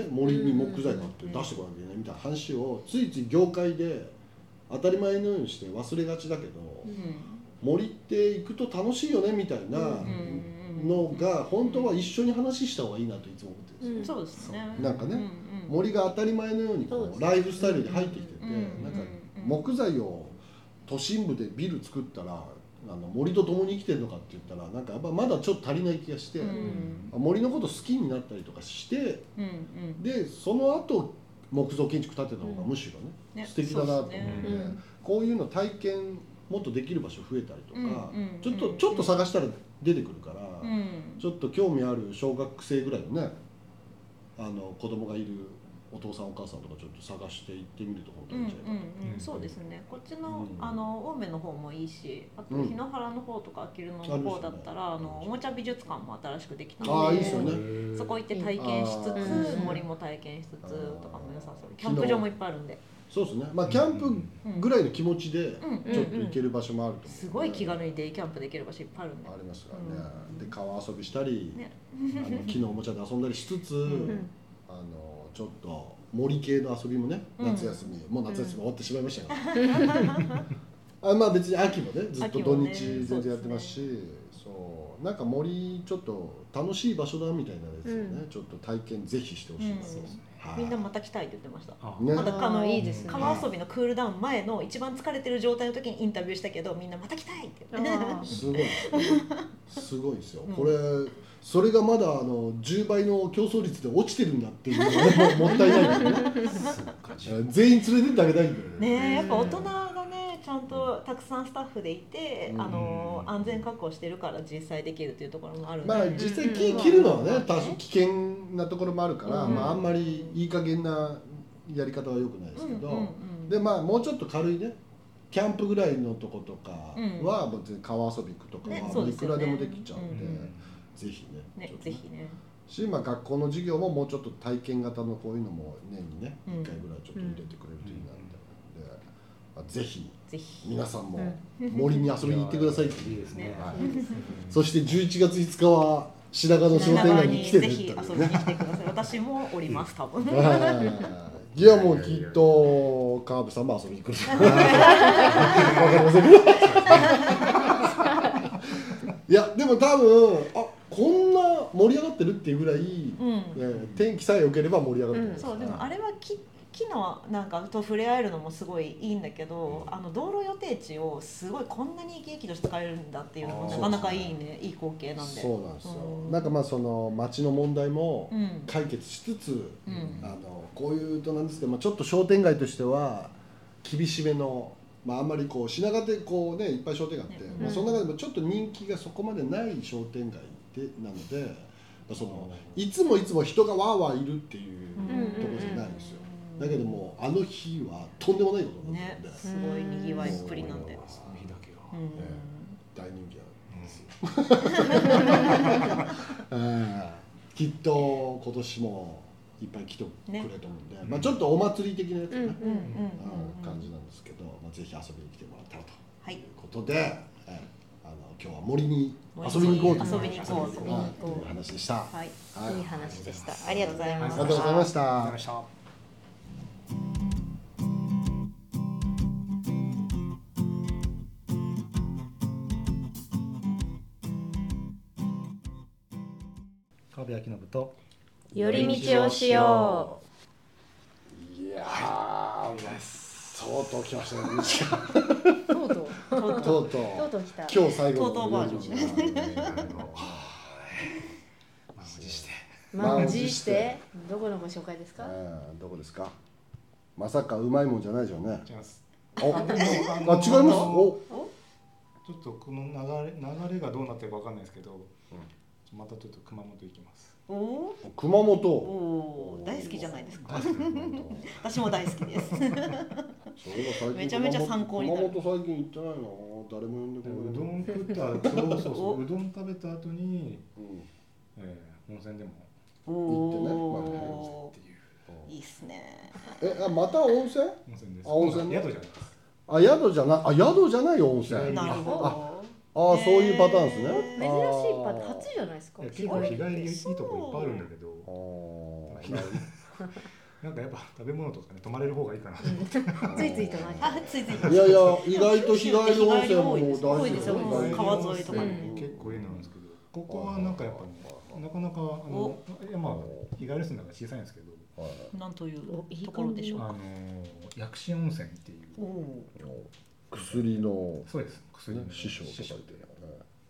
Speaker 3: ね、森に木材があって出してこなきゃいけないみたいな話をついつい業界で当たり前のようにして忘れがちだけど、森って行くと楽しいよねみたいなのが本当は一緒に話した方がいいなといつも思ってるんですよ。
Speaker 4: そうですね
Speaker 3: なんかね
Speaker 4: うんうん
Speaker 3: 森が当たり前のように
Speaker 1: そう
Speaker 3: こ
Speaker 1: です
Speaker 3: う
Speaker 1: ね
Speaker 3: ライフスタイルに入ってきてて、
Speaker 4: うんうん
Speaker 3: なんか
Speaker 4: うん
Speaker 3: 木材を都心部でビル作ったらあの森と共に生きてるのかって言ったらなんかやっぱまだちょっと足りない気がして、
Speaker 4: うん
Speaker 3: 森のこと好きになったりとかして
Speaker 4: うんうん
Speaker 3: でその後木造建築建てた方がむしろね,、
Speaker 4: ね
Speaker 3: 素敵だなと思って、
Speaker 4: そうです
Speaker 2: ね
Speaker 1: うん
Speaker 3: こういうの体験もっとできる場所増えたりとか、
Speaker 4: うんうん
Speaker 3: ちょっとちょっと探したら出てくるから、
Speaker 4: うん
Speaker 3: ちょっと興味ある小学生ぐらいのねあの子供がいるお父さんお母さんとかちょっと探して行ってみると本当
Speaker 4: う
Speaker 3: に
Speaker 4: ん
Speaker 3: いい
Speaker 4: うん
Speaker 3: じゃないか
Speaker 4: うん、そうですねこっち
Speaker 3: う
Speaker 4: の
Speaker 3: ん
Speaker 4: あの青梅の方もいいしあと
Speaker 3: うん
Speaker 4: 檜原の方とかあきる野の方だったらあのおもちゃ美術館も新しくできた
Speaker 1: うん
Speaker 3: あ
Speaker 4: の
Speaker 3: あい
Speaker 4: で
Speaker 3: いですよね、
Speaker 4: そこ行って体験しつ
Speaker 3: あ
Speaker 4: つ
Speaker 1: ー
Speaker 4: 森も体験しつつとかも良さそうキャ
Speaker 3: うん
Speaker 4: ンプ場もいっぱいあるんで、
Speaker 3: そうですねまあキャンプ
Speaker 4: うん
Speaker 3: ぐらいの気持ちで
Speaker 4: うんうん
Speaker 3: ちょっと行ける場所もあると思う、
Speaker 4: すごい気軽にデイキャンプできる場所いっぱいあるんで
Speaker 3: ありますからね、で川遊びしたり、
Speaker 4: ね
Speaker 3: あの木のおもちゃで遊んだりしつつ、
Speaker 4: ん
Speaker 3: あのちょっと森系の遊びもね
Speaker 4: うん
Speaker 3: 夏休み、もう夏休み終わってしまいましたけど、 <laughs> あまあ別に秋もねずっと
Speaker 4: 秋
Speaker 3: 土
Speaker 4: もね
Speaker 3: 日全然やってますしそう,、なんか森ちょっと楽しい場所だみたいなやつをね、
Speaker 1: うん
Speaker 3: ちょっと体験ぜひしてほしいです、
Speaker 4: うん
Speaker 3: はい
Speaker 4: みんなまた来たいって言ってました
Speaker 3: ね
Speaker 4: またあの
Speaker 1: いいですね
Speaker 4: 川遊びのクールダウン前の一番疲れてる状態の時にインタビューしたけどみんなまた来たいって言って
Speaker 1: あ
Speaker 3: すごい
Speaker 4: <laughs>
Speaker 3: すごいですよ、
Speaker 4: うん
Speaker 3: これそれがまだあの10倍の競争率で落ちてるんだっていうのがねもうもったいないから
Speaker 4: <laughs>
Speaker 3: ね全員連れてってあげたいんだよね
Speaker 4: ねえやっぱ大人がねちゃんとたくさんスタッフでいて、
Speaker 3: うん
Speaker 4: あの安全確保してるから実際できるというところもあるんで、
Speaker 3: まあ
Speaker 4: うん
Speaker 3: 実際木切るのは
Speaker 4: うん
Speaker 3: ね多少危険なところもあるから、
Speaker 4: うん
Speaker 3: まあ、あんまりいい加減なやり方は良くないですけど、
Speaker 4: うんうんうん
Speaker 3: でまあもうちょっと軽いねキャンプぐらいのとことかは別に川遊び行くとかは
Speaker 4: ね
Speaker 3: も
Speaker 4: そう
Speaker 3: う
Speaker 4: で
Speaker 3: い
Speaker 4: す
Speaker 3: く
Speaker 4: よ
Speaker 3: ら
Speaker 4: ね
Speaker 3: でもできちゃうんで、
Speaker 4: うん
Speaker 3: ぜひね
Speaker 4: ね
Speaker 3: ちょっと
Speaker 4: ぜ
Speaker 3: ね
Speaker 4: ひね
Speaker 3: し、まあ、学校の授業ももうちょっと体験型のこういうのも年にね、
Speaker 4: うん
Speaker 3: 1回ぐらいちょっと入れてくれるといいなみたいなので、まあ、ぜひ
Speaker 4: ぜひ
Speaker 3: 皆さんも森に遊びに行ってくださいっていう
Speaker 2: いいですね
Speaker 3: はい
Speaker 4: <laughs>
Speaker 2: うん
Speaker 3: そして11月5日は白髪の商店街に来て
Speaker 4: ぜ
Speaker 3: ね
Speaker 4: ひ遊びに来てくだ
Speaker 3: <laughs>
Speaker 4: さい私もおります多分
Speaker 3: はいいやもうきっと川辺さんも遊びに来るわかりませんけどいやでも多分あこんな盛り上がってるっていうぐらい、
Speaker 4: <laughs> うん
Speaker 3: えー天気さえ良ければ盛り上がると思います
Speaker 4: そうでもあれは木木のなんかと触れ合えるのもすごいいいんだけどあの道路予定地をすごいこんなに生き生きと使えるんだっていうのもなかなかいいねいい光景なんで
Speaker 3: そうなんですよ、
Speaker 4: うん
Speaker 3: なんかまあその町の問題も
Speaker 4: うん
Speaker 3: 解決しつつ、
Speaker 4: うん
Speaker 3: あのこういうとなんですけど、まあ、ちょっと商店街としては厳しめの、まあ、あんまりこう品川でこうねいっぱい商店街あって、
Speaker 4: ね
Speaker 3: まあ、
Speaker 1: うん
Speaker 3: その中でもちょっと人気がそこまでない商店街でなので、まあ、そのいつもいつも人がわーわーいるっていうところじゃないんですよ、だけどもうあの日はとんでもないことになって
Speaker 4: ね
Speaker 3: るんで、
Speaker 4: すごいにぎわいっぷりなんで
Speaker 2: その日だけが
Speaker 4: うん
Speaker 3: 大人気なんですよ、 <laughs> えーきっと今年もいっぱい来てくれ
Speaker 4: ね
Speaker 3: と思うんで、まあ、ちょっとお祭り的なやつね、
Speaker 1: うんうん
Speaker 4: うん
Speaker 3: あの感じなんですけど、まあ、ぜひ遊びに来てもらったらと
Speaker 4: はい
Speaker 3: いうことで、えあの今日は森に
Speaker 4: 森に
Speaker 3: 遊びに行こうという
Speaker 4: 遊びに行こう
Speaker 3: 遊びに行
Speaker 1: 遊びに
Speaker 3: こう
Speaker 1: 行こう
Speaker 3: という話でした。
Speaker 1: はい
Speaker 3: はい
Speaker 1: いい話でしたありがとうござい
Speaker 3: あ
Speaker 1: ま
Speaker 3: り
Speaker 1: す
Speaker 3: がとうございまし
Speaker 2: ありがと
Speaker 3: た
Speaker 2: うございま。した川辺明信と
Speaker 1: 寄り道をしよ
Speaker 3: いやー、とうとう来ましたね。
Speaker 1: うとうとう
Speaker 3: とうと
Speaker 1: とう
Speaker 3: う。
Speaker 1: とう来た
Speaker 3: 今日最後
Speaker 4: とうとうバージョ
Speaker 3: ン。
Speaker 2: 満を持して
Speaker 1: 満を持してどこのご紹介ですか
Speaker 3: えーどこですか。まさかうまいもんじゃないじゃんね。
Speaker 2: います
Speaker 3: お、あ、違います。お、
Speaker 2: ちょっとこの流れ流れがどうなってるかわかんないですけど、またちょっと熊本行きます。
Speaker 4: おお
Speaker 3: 熊
Speaker 4: ー
Speaker 3: 本。
Speaker 4: おー大好きじゃないですか
Speaker 3: 大好き熊本
Speaker 4: 私も大好き
Speaker 3: <laughs>
Speaker 4: です
Speaker 3: そういえば最近
Speaker 4: めちゃめちゃ参考になる
Speaker 3: 熊本最近行ってないの。誰も呼んで
Speaker 2: で
Speaker 3: こな
Speaker 2: う
Speaker 3: い。
Speaker 2: どん食ったそうそうそ
Speaker 4: お
Speaker 2: ううどん食べた後に、
Speaker 3: うん
Speaker 2: えー、温泉でも
Speaker 4: お
Speaker 3: 行ってねまあ入る
Speaker 4: お
Speaker 2: っていう
Speaker 4: ーいいっすね
Speaker 3: え、あまた温泉？
Speaker 2: 温泉です。
Speaker 3: あ温泉ね
Speaker 2: 宿じゃないです。
Speaker 3: あ、宿じゃない。あ、宿じゃないよ温泉。
Speaker 2: うん
Speaker 3: あ
Speaker 4: なるほ
Speaker 3: ー、そういうパターンですね。
Speaker 1: 珍しいパターン初じゃないですか
Speaker 2: いや結構日
Speaker 1: 日
Speaker 2: 帰
Speaker 1: 帰
Speaker 2: り
Speaker 1: り
Speaker 2: い
Speaker 1: っ
Speaker 2: い
Speaker 1: て
Speaker 2: とこいっぱいあるんだけど、
Speaker 3: ああ。
Speaker 2: なんかやっぱ食べ物とかね泊まれる方がいいかな。
Speaker 1: ついついとな
Speaker 4: どあついつい
Speaker 3: いやいや、意外と日帰り温泉も大事
Speaker 4: ですよ
Speaker 3: 大事
Speaker 4: 川沿いとか
Speaker 1: ね
Speaker 2: うん結構いいのなんですけど、ここはなんかやっぱねなかなかあの
Speaker 4: お
Speaker 2: いやまあ日帰りするのが小さいんですけど。
Speaker 4: なんという
Speaker 1: おいい
Speaker 4: ところでしょう
Speaker 2: あ
Speaker 4: か
Speaker 2: の薬師温泉っていう
Speaker 4: おお
Speaker 3: 薬の、
Speaker 2: そうです薬
Speaker 3: ね
Speaker 2: の、
Speaker 3: 師匠とかいて、ね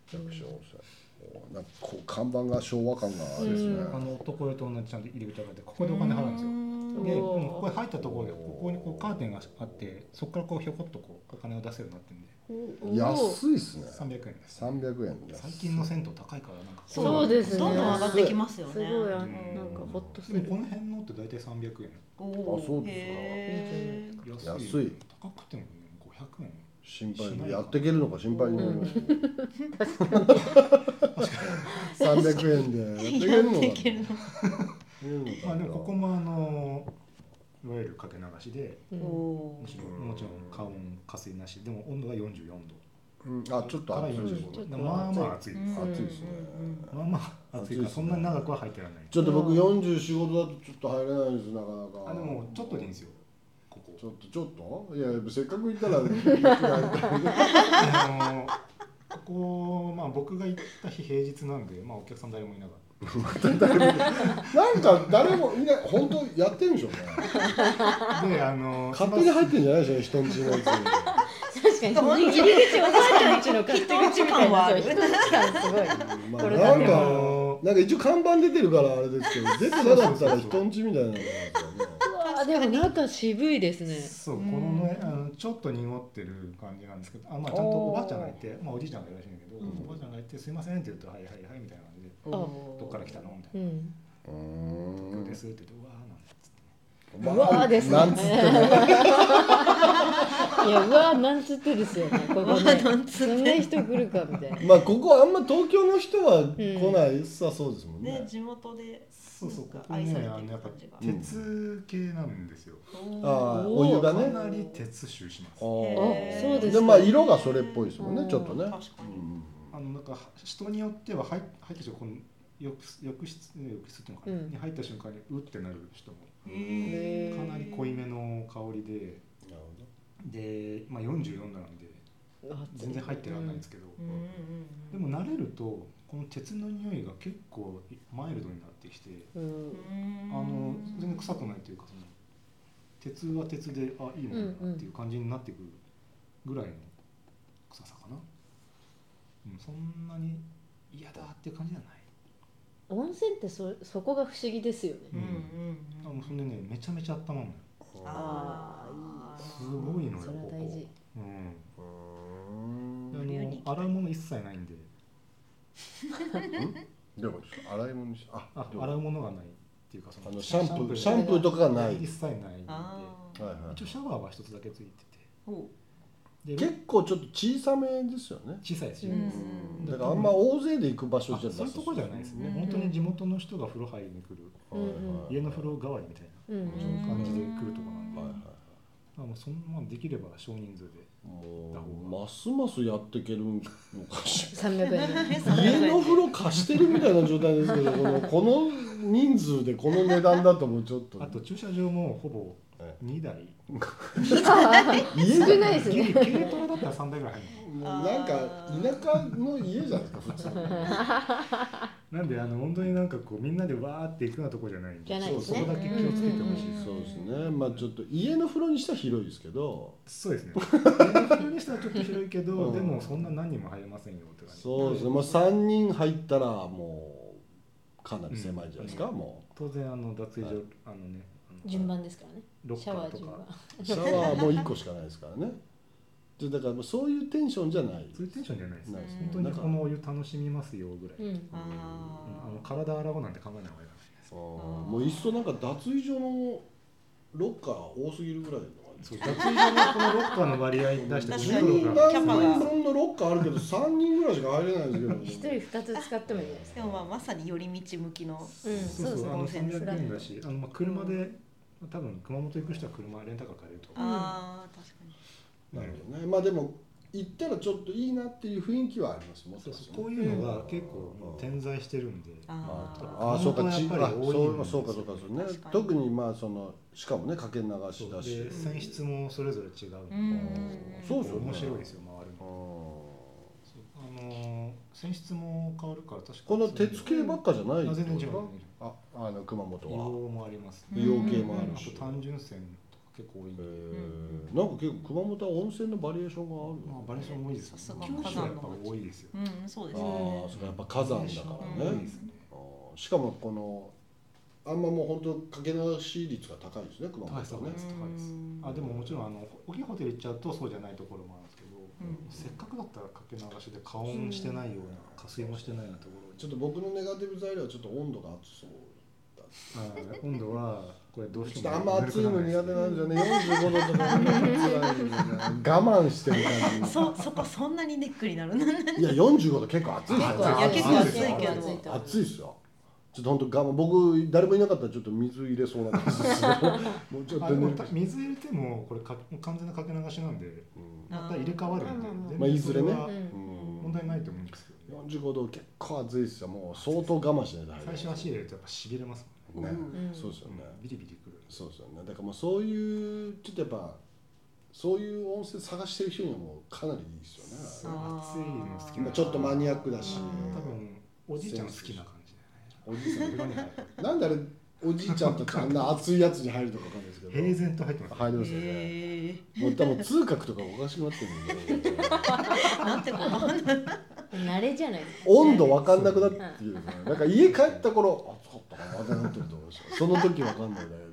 Speaker 2: 師匠、
Speaker 3: 役所温泉。なんかこう看板が昭和感があるですね。
Speaker 2: あの男湯と同じちゃんと入り口があってここでお金払うんですよ
Speaker 1: ん
Speaker 2: でで
Speaker 1: おー
Speaker 2: もここへ入ったところでここにこうカーテンがあってそこからこうひょこっとこうお金を出せるようになってるんで
Speaker 3: 安いですね。
Speaker 2: 300円です
Speaker 3: 三百円。
Speaker 2: 最近の銭湯高いからなんか
Speaker 1: そうですね
Speaker 4: どんどん上がってきますよ
Speaker 1: す
Speaker 4: ね
Speaker 1: ごいあなん
Speaker 2: うん
Speaker 1: かホッとす
Speaker 2: で
Speaker 1: る
Speaker 2: もこの辺のって大体300円
Speaker 4: おお
Speaker 3: あそうですか
Speaker 4: へー
Speaker 2: 安い
Speaker 3: 安い
Speaker 2: 高くてもね500円
Speaker 3: 心配やっていけるのか心配になります。 <laughs> 三百円でやっていけるの
Speaker 4: や
Speaker 3: か
Speaker 4: っていけるの
Speaker 2: <laughs> まあでもここもあのいわゆるかけ流しで
Speaker 1: うん
Speaker 4: お
Speaker 2: もちろんもちろん加温加水なしでも温度が44度
Speaker 3: うんあ、ちょっと
Speaker 2: から
Speaker 3: 暑いですす
Speaker 1: ね
Speaker 2: 45度まあまあ暑いです
Speaker 4: ー
Speaker 3: 暑いですね
Speaker 2: まあまあ暑いからそんなに長くは入ってられない
Speaker 3: ちょっと僕四十仕事だとちょっと入れないですなかなか。
Speaker 2: あでもちょっとでいいんですよここ
Speaker 3: ちょっとちょっといやせっかく行ったら行くな
Speaker 2: あのここまあ僕が行った日平日なんでまあお客さん誰もいなかっ
Speaker 3: んか誰もいない本当やってるんでしょうね
Speaker 2: たであの
Speaker 3: 勝手に入ってんじゃないでしょ人んちのやつに
Speaker 1: 確かに入り口おばあちゃんちの勝手口みたいなそう人の感すごい
Speaker 3: ま
Speaker 1: <laughs>
Speaker 3: あ
Speaker 1: これ
Speaker 3: な
Speaker 1: だ
Speaker 3: ん
Speaker 1: け
Speaker 3: か
Speaker 2: は
Speaker 3: なんか一応看板出てるからあれですけど出てなかったら人んちみたいなのが
Speaker 1: うわーでも中渋いですね
Speaker 2: そうこのねあのちょっと濁ってる感じなんですけどあ、まあ、ちゃんとおばあちゃんがいてまあ、おじいちゃんがいるらしいんだけど、おばあちゃんがいて「すいません」って言うと「はいはいはい」みたいな感じで「
Speaker 1: あ
Speaker 2: どっから来たの?」みたいな
Speaker 1: うん
Speaker 3: う
Speaker 2: 「今日で
Speaker 3: ん
Speaker 2: す」って言って「うわー」なんつ
Speaker 1: う
Speaker 2: って
Speaker 1: わーですね
Speaker 3: なんつっても
Speaker 1: いやうわーなんつってですよねここ
Speaker 4: <laughs>
Speaker 1: ねそんな人来るかみたいな
Speaker 3: まあここあんま東京の人は来ないさそうですもん
Speaker 4: ね
Speaker 3: ね
Speaker 4: 地元で
Speaker 2: そうそうこ
Speaker 4: なんか
Speaker 2: こ
Speaker 4: 愛さ
Speaker 2: ね
Speaker 4: れ
Speaker 2: あ
Speaker 4: て
Speaker 2: の
Speaker 4: る
Speaker 2: やっぱ
Speaker 4: 感じが
Speaker 2: 鉄系なんですよ
Speaker 3: ああ
Speaker 1: お
Speaker 3: お湯が
Speaker 2: か
Speaker 3: ね
Speaker 2: なり鉄臭します
Speaker 3: あ
Speaker 1: あそうです
Speaker 3: ー
Speaker 1: ね
Speaker 3: でまあ色がそれっぽいですもん
Speaker 1: う
Speaker 3: ね
Speaker 1: ん
Speaker 3: ちょっとね
Speaker 4: 確かに
Speaker 3: うん
Speaker 2: あのなんか人によっては入っ入った瞬間この浴室浴室浴室っていうのかな、
Speaker 1: うん
Speaker 2: に入った瞬間にうってなる人も
Speaker 1: へー
Speaker 2: かなり濃いめの香りで
Speaker 3: なるほど
Speaker 2: で、まあ、44度なんで全然入ってらんないんですけど、
Speaker 4: うんうん
Speaker 2: でも慣れるとこの鉄の匂いが結構マイルドになってきて、
Speaker 1: うん
Speaker 4: うん
Speaker 2: あの全然臭くないというかその鉄は鉄であいいもんだなっていう感じになってくるぐらいの臭さかな、うん、そんなに嫌だっていう感じじゃない
Speaker 1: 温泉ってそそこが不思議ですよね
Speaker 4: うんうん
Speaker 2: あ
Speaker 4: うん
Speaker 2: もうそんでねめちゃめちゃ温まるのよ
Speaker 1: ああ
Speaker 2: すごいのよ
Speaker 1: それは
Speaker 2: こ
Speaker 1: 大事
Speaker 2: こ、うん、
Speaker 3: う
Speaker 2: あ
Speaker 3: ん
Speaker 4: 湯に行き
Speaker 2: の
Speaker 4: たい
Speaker 2: 洗い物一切ないんで
Speaker 3: どういうことですか洗い物にしあ
Speaker 2: あ
Speaker 3: どう
Speaker 2: 洗うものがないっていうかそ
Speaker 3: あ
Speaker 2: の
Speaker 3: のシャンプーシャン
Speaker 2: が
Speaker 3: プーとかがない
Speaker 2: 一切ないんで
Speaker 4: あー
Speaker 3: はいはい
Speaker 2: 一応シャワーは一つだけついてて
Speaker 4: おう
Speaker 2: で
Speaker 3: 結構ちょっと小さめですよね
Speaker 2: 小さいです
Speaker 1: う
Speaker 2: よ、
Speaker 1: ん
Speaker 3: だからあんま大勢で行く場所
Speaker 2: あ
Speaker 3: じゃない
Speaker 2: そういうところじゃないですね、
Speaker 4: うん
Speaker 2: 本当に地元の人が風呂入りに来る、
Speaker 3: はいはい
Speaker 2: 家の風呂代わりみたいな
Speaker 1: うんうん
Speaker 2: そういう感じで来るとこなんで、
Speaker 3: はいはい
Speaker 2: あもうそんなんできれば少人数で
Speaker 3: もうますますやっていけるのかしら
Speaker 1: 300円
Speaker 2: <laughs>
Speaker 4: <laughs>
Speaker 3: 家の風呂貸してるみたいな状態ですけどこのこの人数でこの値段だともうちょっと
Speaker 2: あと駐車場もほぼ
Speaker 3: え
Speaker 2: 2台
Speaker 3: 家
Speaker 1: 少
Speaker 3: で
Speaker 1: ないですね
Speaker 2: 軽軽トラだったら3台ぐらい入る
Speaker 3: なんか田舎の家じゃないですか普
Speaker 2: <laughs>
Speaker 3: 通
Speaker 2: なんであの本当になんかこうみんなでわーって行くようなとこじゃないんで
Speaker 1: じゃないですね
Speaker 2: そうそこだけ気をつけてほしいです、
Speaker 4: ん
Speaker 3: そうですねまあちょっと家の風呂にしては広いですけど
Speaker 2: そうですね家の風呂にしたらちょっと広いけど、
Speaker 3: うん
Speaker 2: でもそんな何人も入れませんよって感じ
Speaker 3: そうですねまあ3人入ったらもうかなり狭いじゃないですか、も
Speaker 2: 当然あの脱衣所、
Speaker 3: はい
Speaker 2: あのねあの
Speaker 1: 順番ですからね
Speaker 2: ロッ
Speaker 1: シ
Speaker 2: カ
Speaker 1: ャ
Speaker 2: ー
Speaker 1: ワー
Speaker 2: と
Speaker 1: 順番
Speaker 2: か
Speaker 3: うシャワーも1個しかないですからねでだからもうそういうテンションじゃない
Speaker 2: そういうテンションじゃないです
Speaker 3: ないですね
Speaker 2: 本当
Speaker 3: な
Speaker 2: に
Speaker 3: んか
Speaker 2: このお湯楽しみますよぐらい、
Speaker 1: う
Speaker 2: うん
Speaker 1: ん
Speaker 2: あの体洗おうなんて考えない方がいいです
Speaker 3: あーもういっそなんか脱衣所のロッカー多すぎるぐらいの
Speaker 2: そう脱衣所のこのロッカーの割合出して
Speaker 4: 確
Speaker 3: 十
Speaker 4: か
Speaker 2: 10
Speaker 4: に
Speaker 3: 何
Speaker 2: 分が
Speaker 4: キャ
Speaker 3: 人
Speaker 4: パが
Speaker 3: 分のロッカーあるけど3人ぐらいしか入れないんです
Speaker 1: 一
Speaker 3: け
Speaker 1: 人
Speaker 3: ど
Speaker 1: 二つ使ってもいいんじゃないですか
Speaker 4: でもまあまさに寄り道向きの
Speaker 1: うん
Speaker 2: そ
Speaker 1: そううです
Speaker 2: そう
Speaker 1: ね
Speaker 2: あの
Speaker 1: 温泉です
Speaker 2: 300
Speaker 1: ね
Speaker 2: 円だしあのまあ車で、多分熊本行く人は車レンタカー借りると思う
Speaker 4: あー確かに
Speaker 3: なるほどねまあでも行ったらちょっといいなっていう雰囲気はありますも
Speaker 2: そうそうこういうのが結構もう点在してるんで、
Speaker 4: あー
Speaker 3: ああそうか
Speaker 2: 熊
Speaker 3: ち
Speaker 2: 本は
Speaker 3: あ
Speaker 2: やっぱり多い
Speaker 3: そ
Speaker 2: ん
Speaker 3: う
Speaker 2: で
Speaker 3: か
Speaker 2: すよ
Speaker 3: そうかそうかそうね
Speaker 4: 確かに
Speaker 3: 特にまあそのしかもねかけ流
Speaker 2: そ
Speaker 3: し
Speaker 2: う
Speaker 3: だし
Speaker 2: で選出もそれぞれ違う、
Speaker 4: うんうんうん
Speaker 3: そうですよね
Speaker 2: 面白いですよ回る
Speaker 3: あー
Speaker 2: のそうあのー選出も変わるから確か
Speaker 3: この鉄系ばっかじゃない
Speaker 2: あ全然違う
Speaker 3: ってこと
Speaker 2: 全然違う
Speaker 3: ああの熊本
Speaker 2: 硫
Speaker 3: は
Speaker 2: 黄もあります
Speaker 4: う
Speaker 2: ね
Speaker 4: ん
Speaker 3: 養鶏もある
Speaker 2: あ
Speaker 3: し
Speaker 2: と単純線とか結構多いん
Speaker 3: え
Speaker 2: で、
Speaker 3: ーなんか結構熊本は温泉のバリエーションがあるよね
Speaker 2: まあ、バリエーションも多いですよ
Speaker 4: さすが
Speaker 2: 九州はやっぱ多いですよ
Speaker 4: うんそうです
Speaker 3: ああ
Speaker 4: ね
Speaker 3: それやっぱ火山だから
Speaker 2: 多い
Speaker 3: ね
Speaker 2: ですね
Speaker 3: あーしかもこのあんまもう本当かけ流し率が高いですね熊本
Speaker 2: 高い
Speaker 3: は
Speaker 2: です高
Speaker 3: ね
Speaker 2: いです高いです
Speaker 4: うん
Speaker 2: あでももちろんあの大きいホテル行っちゃうとそうじゃないところもあるんですけど、
Speaker 4: ん
Speaker 2: せっかくだったらかけ流しで加温してないような加水もしてないようなところに
Speaker 3: ちょっと僕のネガティブ材料はちょっと温度が熱そう
Speaker 2: はい温度はこれどう
Speaker 3: ちょ
Speaker 2: し
Speaker 3: ってと
Speaker 2: も
Speaker 3: あんま熱いの苦手なん
Speaker 2: ぬるくならないで
Speaker 3: です
Speaker 2: すね
Speaker 3: よね45度とか辛いんだよね我慢してる感
Speaker 4: そそこそんなにネックになる
Speaker 3: じ
Speaker 4: の
Speaker 3: <laughs> いや45度結構熱いですよ
Speaker 4: いや結構暑い
Speaker 2: い
Speaker 4: け
Speaker 1: 暑いと
Speaker 4: ど
Speaker 1: 思う
Speaker 3: 熱いですよちょっと本当我慢僕誰もいなかったらちょっと水入れそうな感じですよもうちょっ
Speaker 2: あ
Speaker 3: と
Speaker 2: でも
Speaker 3: ね
Speaker 2: た水入れてもこれか完全なかけ流しなんで
Speaker 3: うん
Speaker 2: また入れ替わるんで
Speaker 1: あー
Speaker 2: 全然
Speaker 3: まあいずれね
Speaker 2: そは
Speaker 1: うん
Speaker 3: うん
Speaker 2: 問題ないと思うんですけどね
Speaker 3: 45度結構熱いですよもう相当我慢しないと入れな
Speaker 2: 最
Speaker 3: い
Speaker 2: 初足入れるとやっぱしびれますもんね
Speaker 3: ね、
Speaker 1: うん
Speaker 3: そうですよね、
Speaker 2: ビリビリくる
Speaker 3: そうですよねだからもうそういうちょっとやっぱそういう温泉探してる人にはもうかなりいいですよね
Speaker 2: 暑い
Speaker 4: あー
Speaker 2: の好き
Speaker 3: ま
Speaker 2: な
Speaker 3: あちょっとマニアックだし
Speaker 2: 多分おじいちゃん好きな感じ
Speaker 3: おじいさ
Speaker 2: だよね風呂に入る
Speaker 3: んなんであれおじいちゃんたちあんな熱いやつに入るとかわかんないですけど
Speaker 2: 平然と入ってます
Speaker 3: 入りますよね
Speaker 4: へ
Speaker 3: もう多分通覚とかおかしくなってるんで
Speaker 4: えなんてこと
Speaker 1: 慣れじゃないですか
Speaker 3: 温度わかんなくなってるからなんか家帰った頃暑かったかなってなってると思うんですよその時わかんないだけで
Speaker 2: そう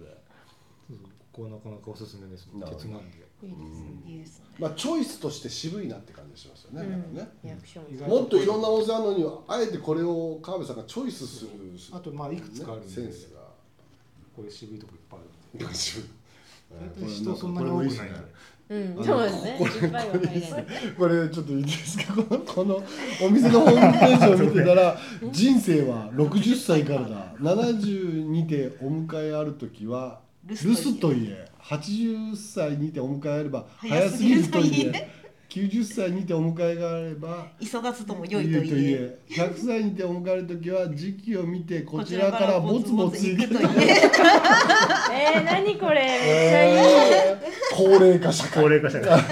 Speaker 2: そうここはなかなかおすすめです
Speaker 3: なるほど
Speaker 2: 鉄なんで
Speaker 1: いいですね
Speaker 4: いいですね
Speaker 3: まあチョイスとして渋いなって感じしますよね、だからね
Speaker 1: リアクション
Speaker 2: 意外
Speaker 3: もっといろんな温泉あるのにあえてこれを川辺さんがチョイスする
Speaker 2: あとまあいくつかあるんで
Speaker 3: センスが
Speaker 2: こういう渋いとこいっぱいあるんで
Speaker 3: 大
Speaker 2: 大体人そんなに多くないんで
Speaker 1: うんそうですねいっぱいは入れない
Speaker 3: これちょっといいですかこのこのお店のホームページを見てたら人生は60歳からだ72てお迎えある時は留
Speaker 4: 留守
Speaker 3: 守といえ80歳にてお迎えあれば早
Speaker 4: 早
Speaker 3: す
Speaker 4: す
Speaker 3: ぎ
Speaker 4: ぎ
Speaker 3: る
Speaker 4: る
Speaker 3: と
Speaker 4: と
Speaker 3: い
Speaker 4: い
Speaker 3: え
Speaker 4: え
Speaker 3: 90歳にてお迎えがあれば
Speaker 4: 急がずとも良
Speaker 3: 良
Speaker 4: い
Speaker 3: い
Speaker 4: と
Speaker 3: と
Speaker 4: 言え
Speaker 3: 言え100歳にてお迎える時は時期を見てこちらからぼつぼつ行くという
Speaker 4: え
Speaker 1: えー何これめっちゃいい
Speaker 3: えー高齢化社会
Speaker 2: 齢化社会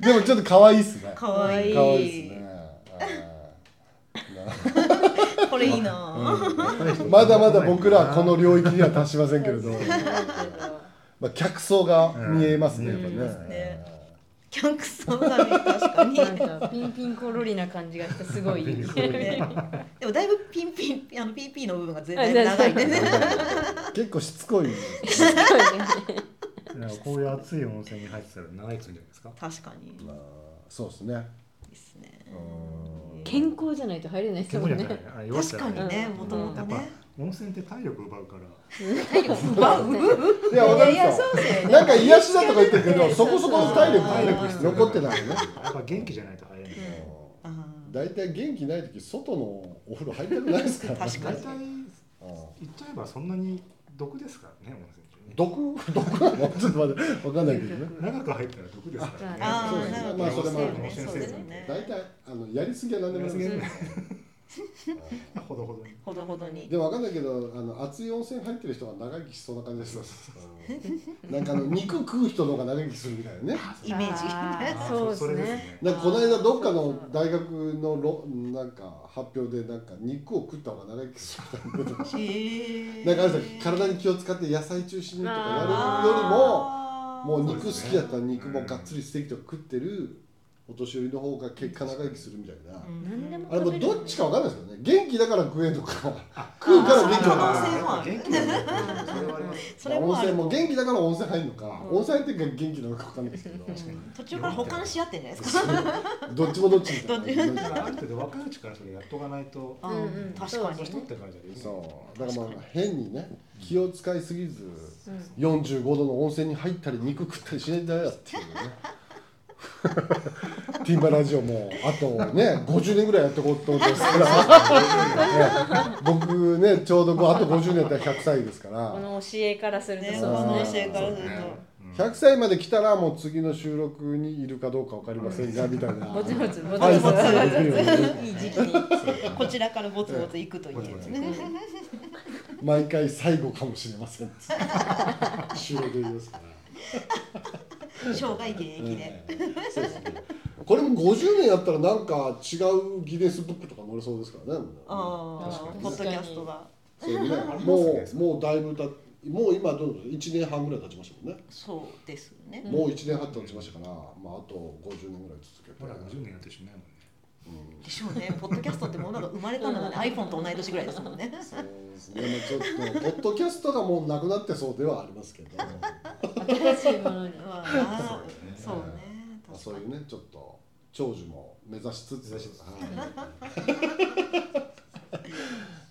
Speaker 3: でもちょっと可愛いっすね
Speaker 4: かわいい
Speaker 3: 可愛いっすねあ
Speaker 4: これいいな
Speaker 3: ーまだまだ僕らはこの領域には達しませんけれどまあ客層が見えますねやっぱね,、
Speaker 4: ねキャンクソンだね確かに
Speaker 1: なんかピンピンコロリな感じがしてすごいいいですね
Speaker 4: ねでもだいぶピンピンあの PP の部分が全然長いね
Speaker 3: 結構しつこい
Speaker 2: なんかこういう熱い温泉に入ってたら長いつんじゃないですか
Speaker 4: 確かにい
Speaker 3: まあそうですね
Speaker 4: いですね
Speaker 3: うん
Speaker 1: 健康じじゃないと入れないです
Speaker 2: 結構
Speaker 1: も
Speaker 2: じ
Speaker 1: ん
Speaker 2: ゃない
Speaker 1: ね
Speaker 2: あ弱っ
Speaker 4: 確
Speaker 2: ちゃ
Speaker 4: か
Speaker 2: ダメ
Speaker 4: にねもとも
Speaker 2: や
Speaker 4: と
Speaker 2: っぱ
Speaker 4: ね
Speaker 2: 温泉って体力奪うから
Speaker 3: いやわかる
Speaker 1: い
Speaker 3: でしょ
Speaker 1: やそうだよね
Speaker 3: なんか癒しだとか言ってるけどそこそこの体力
Speaker 4: そうそうそう
Speaker 3: 体力して残ってないよね
Speaker 2: やっぱ元気じゃないと入れない
Speaker 4: あー
Speaker 3: 大体元気ない時外のお風呂入りたくないですから
Speaker 4: 確か
Speaker 2: 大
Speaker 4: に
Speaker 2: 体
Speaker 3: う
Speaker 2: 言
Speaker 3: ん
Speaker 2: っちゃえばそんなに毒ですからね温泉中ね
Speaker 3: 毒毒なのちょっと待ってわかんないけどね
Speaker 2: 長く入ったら毒ですからね
Speaker 1: あ
Speaker 3: そうですねまあそれもあるかもしれない
Speaker 2: そう
Speaker 3: で
Speaker 2: ですす
Speaker 3: ね
Speaker 2: ね
Speaker 3: 大体あのやりすぎは何でもやりすぎ
Speaker 2: や
Speaker 3: で
Speaker 2: り
Speaker 3: も
Speaker 2: ほどほどに
Speaker 4: ほどほどに
Speaker 3: わかんないけどあの熱い温泉入ってる人が長生きしそうな感じですうんなんかあの肉食う人の方が長生きするみたいなね
Speaker 4: イメージ
Speaker 1: あーそうです
Speaker 2: れです
Speaker 1: ね
Speaker 2: ね
Speaker 3: なんかこの間どっかの大学のろなんか発表でなんか肉を食った方が長生きするみたいなこと
Speaker 4: へー
Speaker 3: なんかある人体に気を使って野菜中心にとかやるよりも
Speaker 4: あー
Speaker 3: もう肉好きだったら肉もがっつりステーキとか食ってるお年寄りの方が結果長生きするみたいな
Speaker 4: うん
Speaker 1: 何でも
Speaker 3: あれもうどっちかわかんないですよね元気だから食えんとか
Speaker 2: あ
Speaker 3: 食うから元気だ
Speaker 4: 可能性
Speaker 3: か
Speaker 4: もある
Speaker 2: やっぱ元気なんだそれはあります
Speaker 4: そ
Speaker 3: ら
Speaker 4: れも
Speaker 3: 温
Speaker 4: ある
Speaker 3: 泉も元気だから温泉入るのか
Speaker 4: うん
Speaker 3: 温泉入ってるから元気なのかわかんないですけど
Speaker 2: 確かに
Speaker 4: 途中から保管し合ってんじゃないですか
Speaker 3: どっちもどっちみたい
Speaker 2: だ
Speaker 3: な
Speaker 2: からある程度若いうちからそれやっとかないと
Speaker 4: あ
Speaker 1: うんうん
Speaker 4: ー確か
Speaker 1: そう
Speaker 4: に
Speaker 1: で
Speaker 2: 年
Speaker 1: す
Speaker 2: 取
Speaker 1: ね
Speaker 2: ってからじゃできない
Speaker 3: そうだからまあ変にね気を使いすぎず
Speaker 1: うん
Speaker 3: 45度の温泉に入ったり肉食ったりしないんだよっていうね <laughs> ティンバラジオもあとね50年ぐらいやってこうと思ってますから、ね僕ねちょうどこうあと50年やったら100歳ですか
Speaker 1: こ
Speaker 3: ら
Speaker 1: の教えからすると
Speaker 4: ね
Speaker 1: そ
Speaker 4: そうう
Speaker 1: ですね
Speaker 4: の教えからする
Speaker 2: ね
Speaker 4: と
Speaker 2: うん
Speaker 3: 100歳まで来たらもう次の収録にいるかどうか分かりませんがみたいな
Speaker 1: ぼちぼちぼちぼち
Speaker 3: 挨拶ができるようにね
Speaker 4: いい時期にこちらからぼつぼつ行くといいですね。
Speaker 3: 毎回最後かもしれません収録でですから。
Speaker 4: 生涯現役で。
Speaker 3: そうですねこれも50年やったらなんか違うギネスブックとか載れそうですからね。
Speaker 4: あ
Speaker 2: 確か
Speaker 4: あ、
Speaker 2: に
Speaker 4: ポッドキャストが。
Speaker 3: そうね
Speaker 2: あります
Speaker 3: も
Speaker 2: ね
Speaker 3: うもうだいぶたもう今どう1年半ぐらい経ちましたもんね。
Speaker 4: そうですね。
Speaker 3: もう1年半経ちましたから、まああと50年ぐらい続けて。
Speaker 2: ほら50年やってしないもんね
Speaker 3: うん
Speaker 4: でしょうね。ポッドキャストってものが生まれたのがね、iPhone と同い年ぐらいですもんね。
Speaker 3: そうですね。まあちょっとポッドキャストがもうなくなってそうではありますけど、ま
Speaker 1: 新しいものに
Speaker 4: まあ、そうね。
Speaker 3: あそうい
Speaker 4: 確か
Speaker 3: うねちょっと長寿も目指しつつ。
Speaker 2: 目指しつつ
Speaker 3: はい <laughs>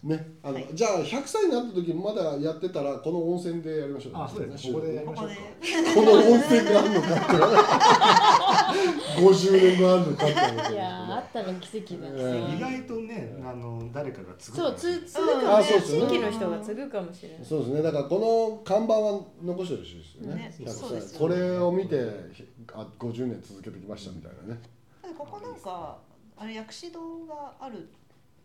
Speaker 3: ね、あの、
Speaker 4: はい
Speaker 3: じゃあ100歳になった時まだやってたらこの温泉でやりましょう
Speaker 2: あそうですね
Speaker 3: 収
Speaker 2: こ
Speaker 3: 録
Speaker 2: こでやり
Speaker 4: に。
Speaker 2: ま
Speaker 4: こ
Speaker 2: しょ
Speaker 4: こ
Speaker 2: うか
Speaker 3: <laughs>
Speaker 4: で。
Speaker 3: この温泉があるのかって50年 <laughs> 後あるのかって
Speaker 1: いやーあったら奇跡だ
Speaker 3: いやー
Speaker 2: 意
Speaker 1: 奇跡
Speaker 2: 外とねあの誰かが継ぐ
Speaker 1: そ
Speaker 2: から
Speaker 1: う
Speaker 2: ね
Speaker 1: つ継ぐか
Speaker 3: あ
Speaker 1: もね
Speaker 3: そうそう
Speaker 1: 新規の人が継ぐかもしれない
Speaker 3: そうですねだからこの看板は残してほしいですよね
Speaker 4: ね
Speaker 3: 100歳
Speaker 4: そうですよ
Speaker 3: これを見てあ50年続けてきましたみたいなね
Speaker 4: ここなんか、あれ薬師堂がある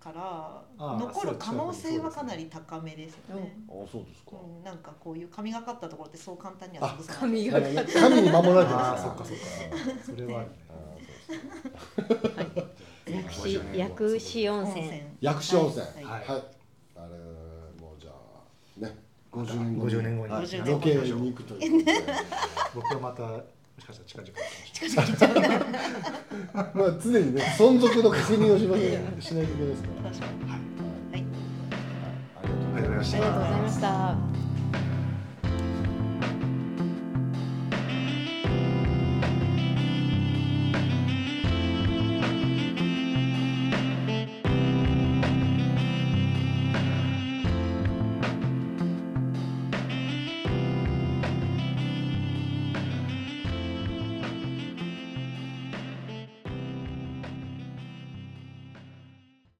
Speaker 4: から、
Speaker 2: あー
Speaker 4: 残る可能性はかなり高めですよね。
Speaker 3: あそうですか
Speaker 4: うんなんかこういう神がかったところってそう簡単に
Speaker 3: あ
Speaker 4: は潰せない。
Speaker 1: 髪が
Speaker 3: だからね神に守られて
Speaker 2: あ
Speaker 3: ま
Speaker 2: あ
Speaker 3: す
Speaker 2: そっ
Speaker 3: か
Speaker 2: からそっかそれはあるね
Speaker 3: あーそうです
Speaker 1: 薬師薬師温泉
Speaker 3: 薬師温泉
Speaker 4: はい
Speaker 3: は
Speaker 2: はいい、
Speaker 3: あれもうじゃあね50年後
Speaker 2: 50年後に
Speaker 3: はい
Speaker 4: 50
Speaker 3: ロケに行くということで
Speaker 2: 僕はまたもしかしたら近々
Speaker 4: 近々来ちゃうね。
Speaker 3: まあ常にね存続の確認をしませんしないといけないですから。
Speaker 4: 確かに。
Speaker 3: はい
Speaker 4: はい
Speaker 3: ありがとうございました
Speaker 1: ありがとうございました。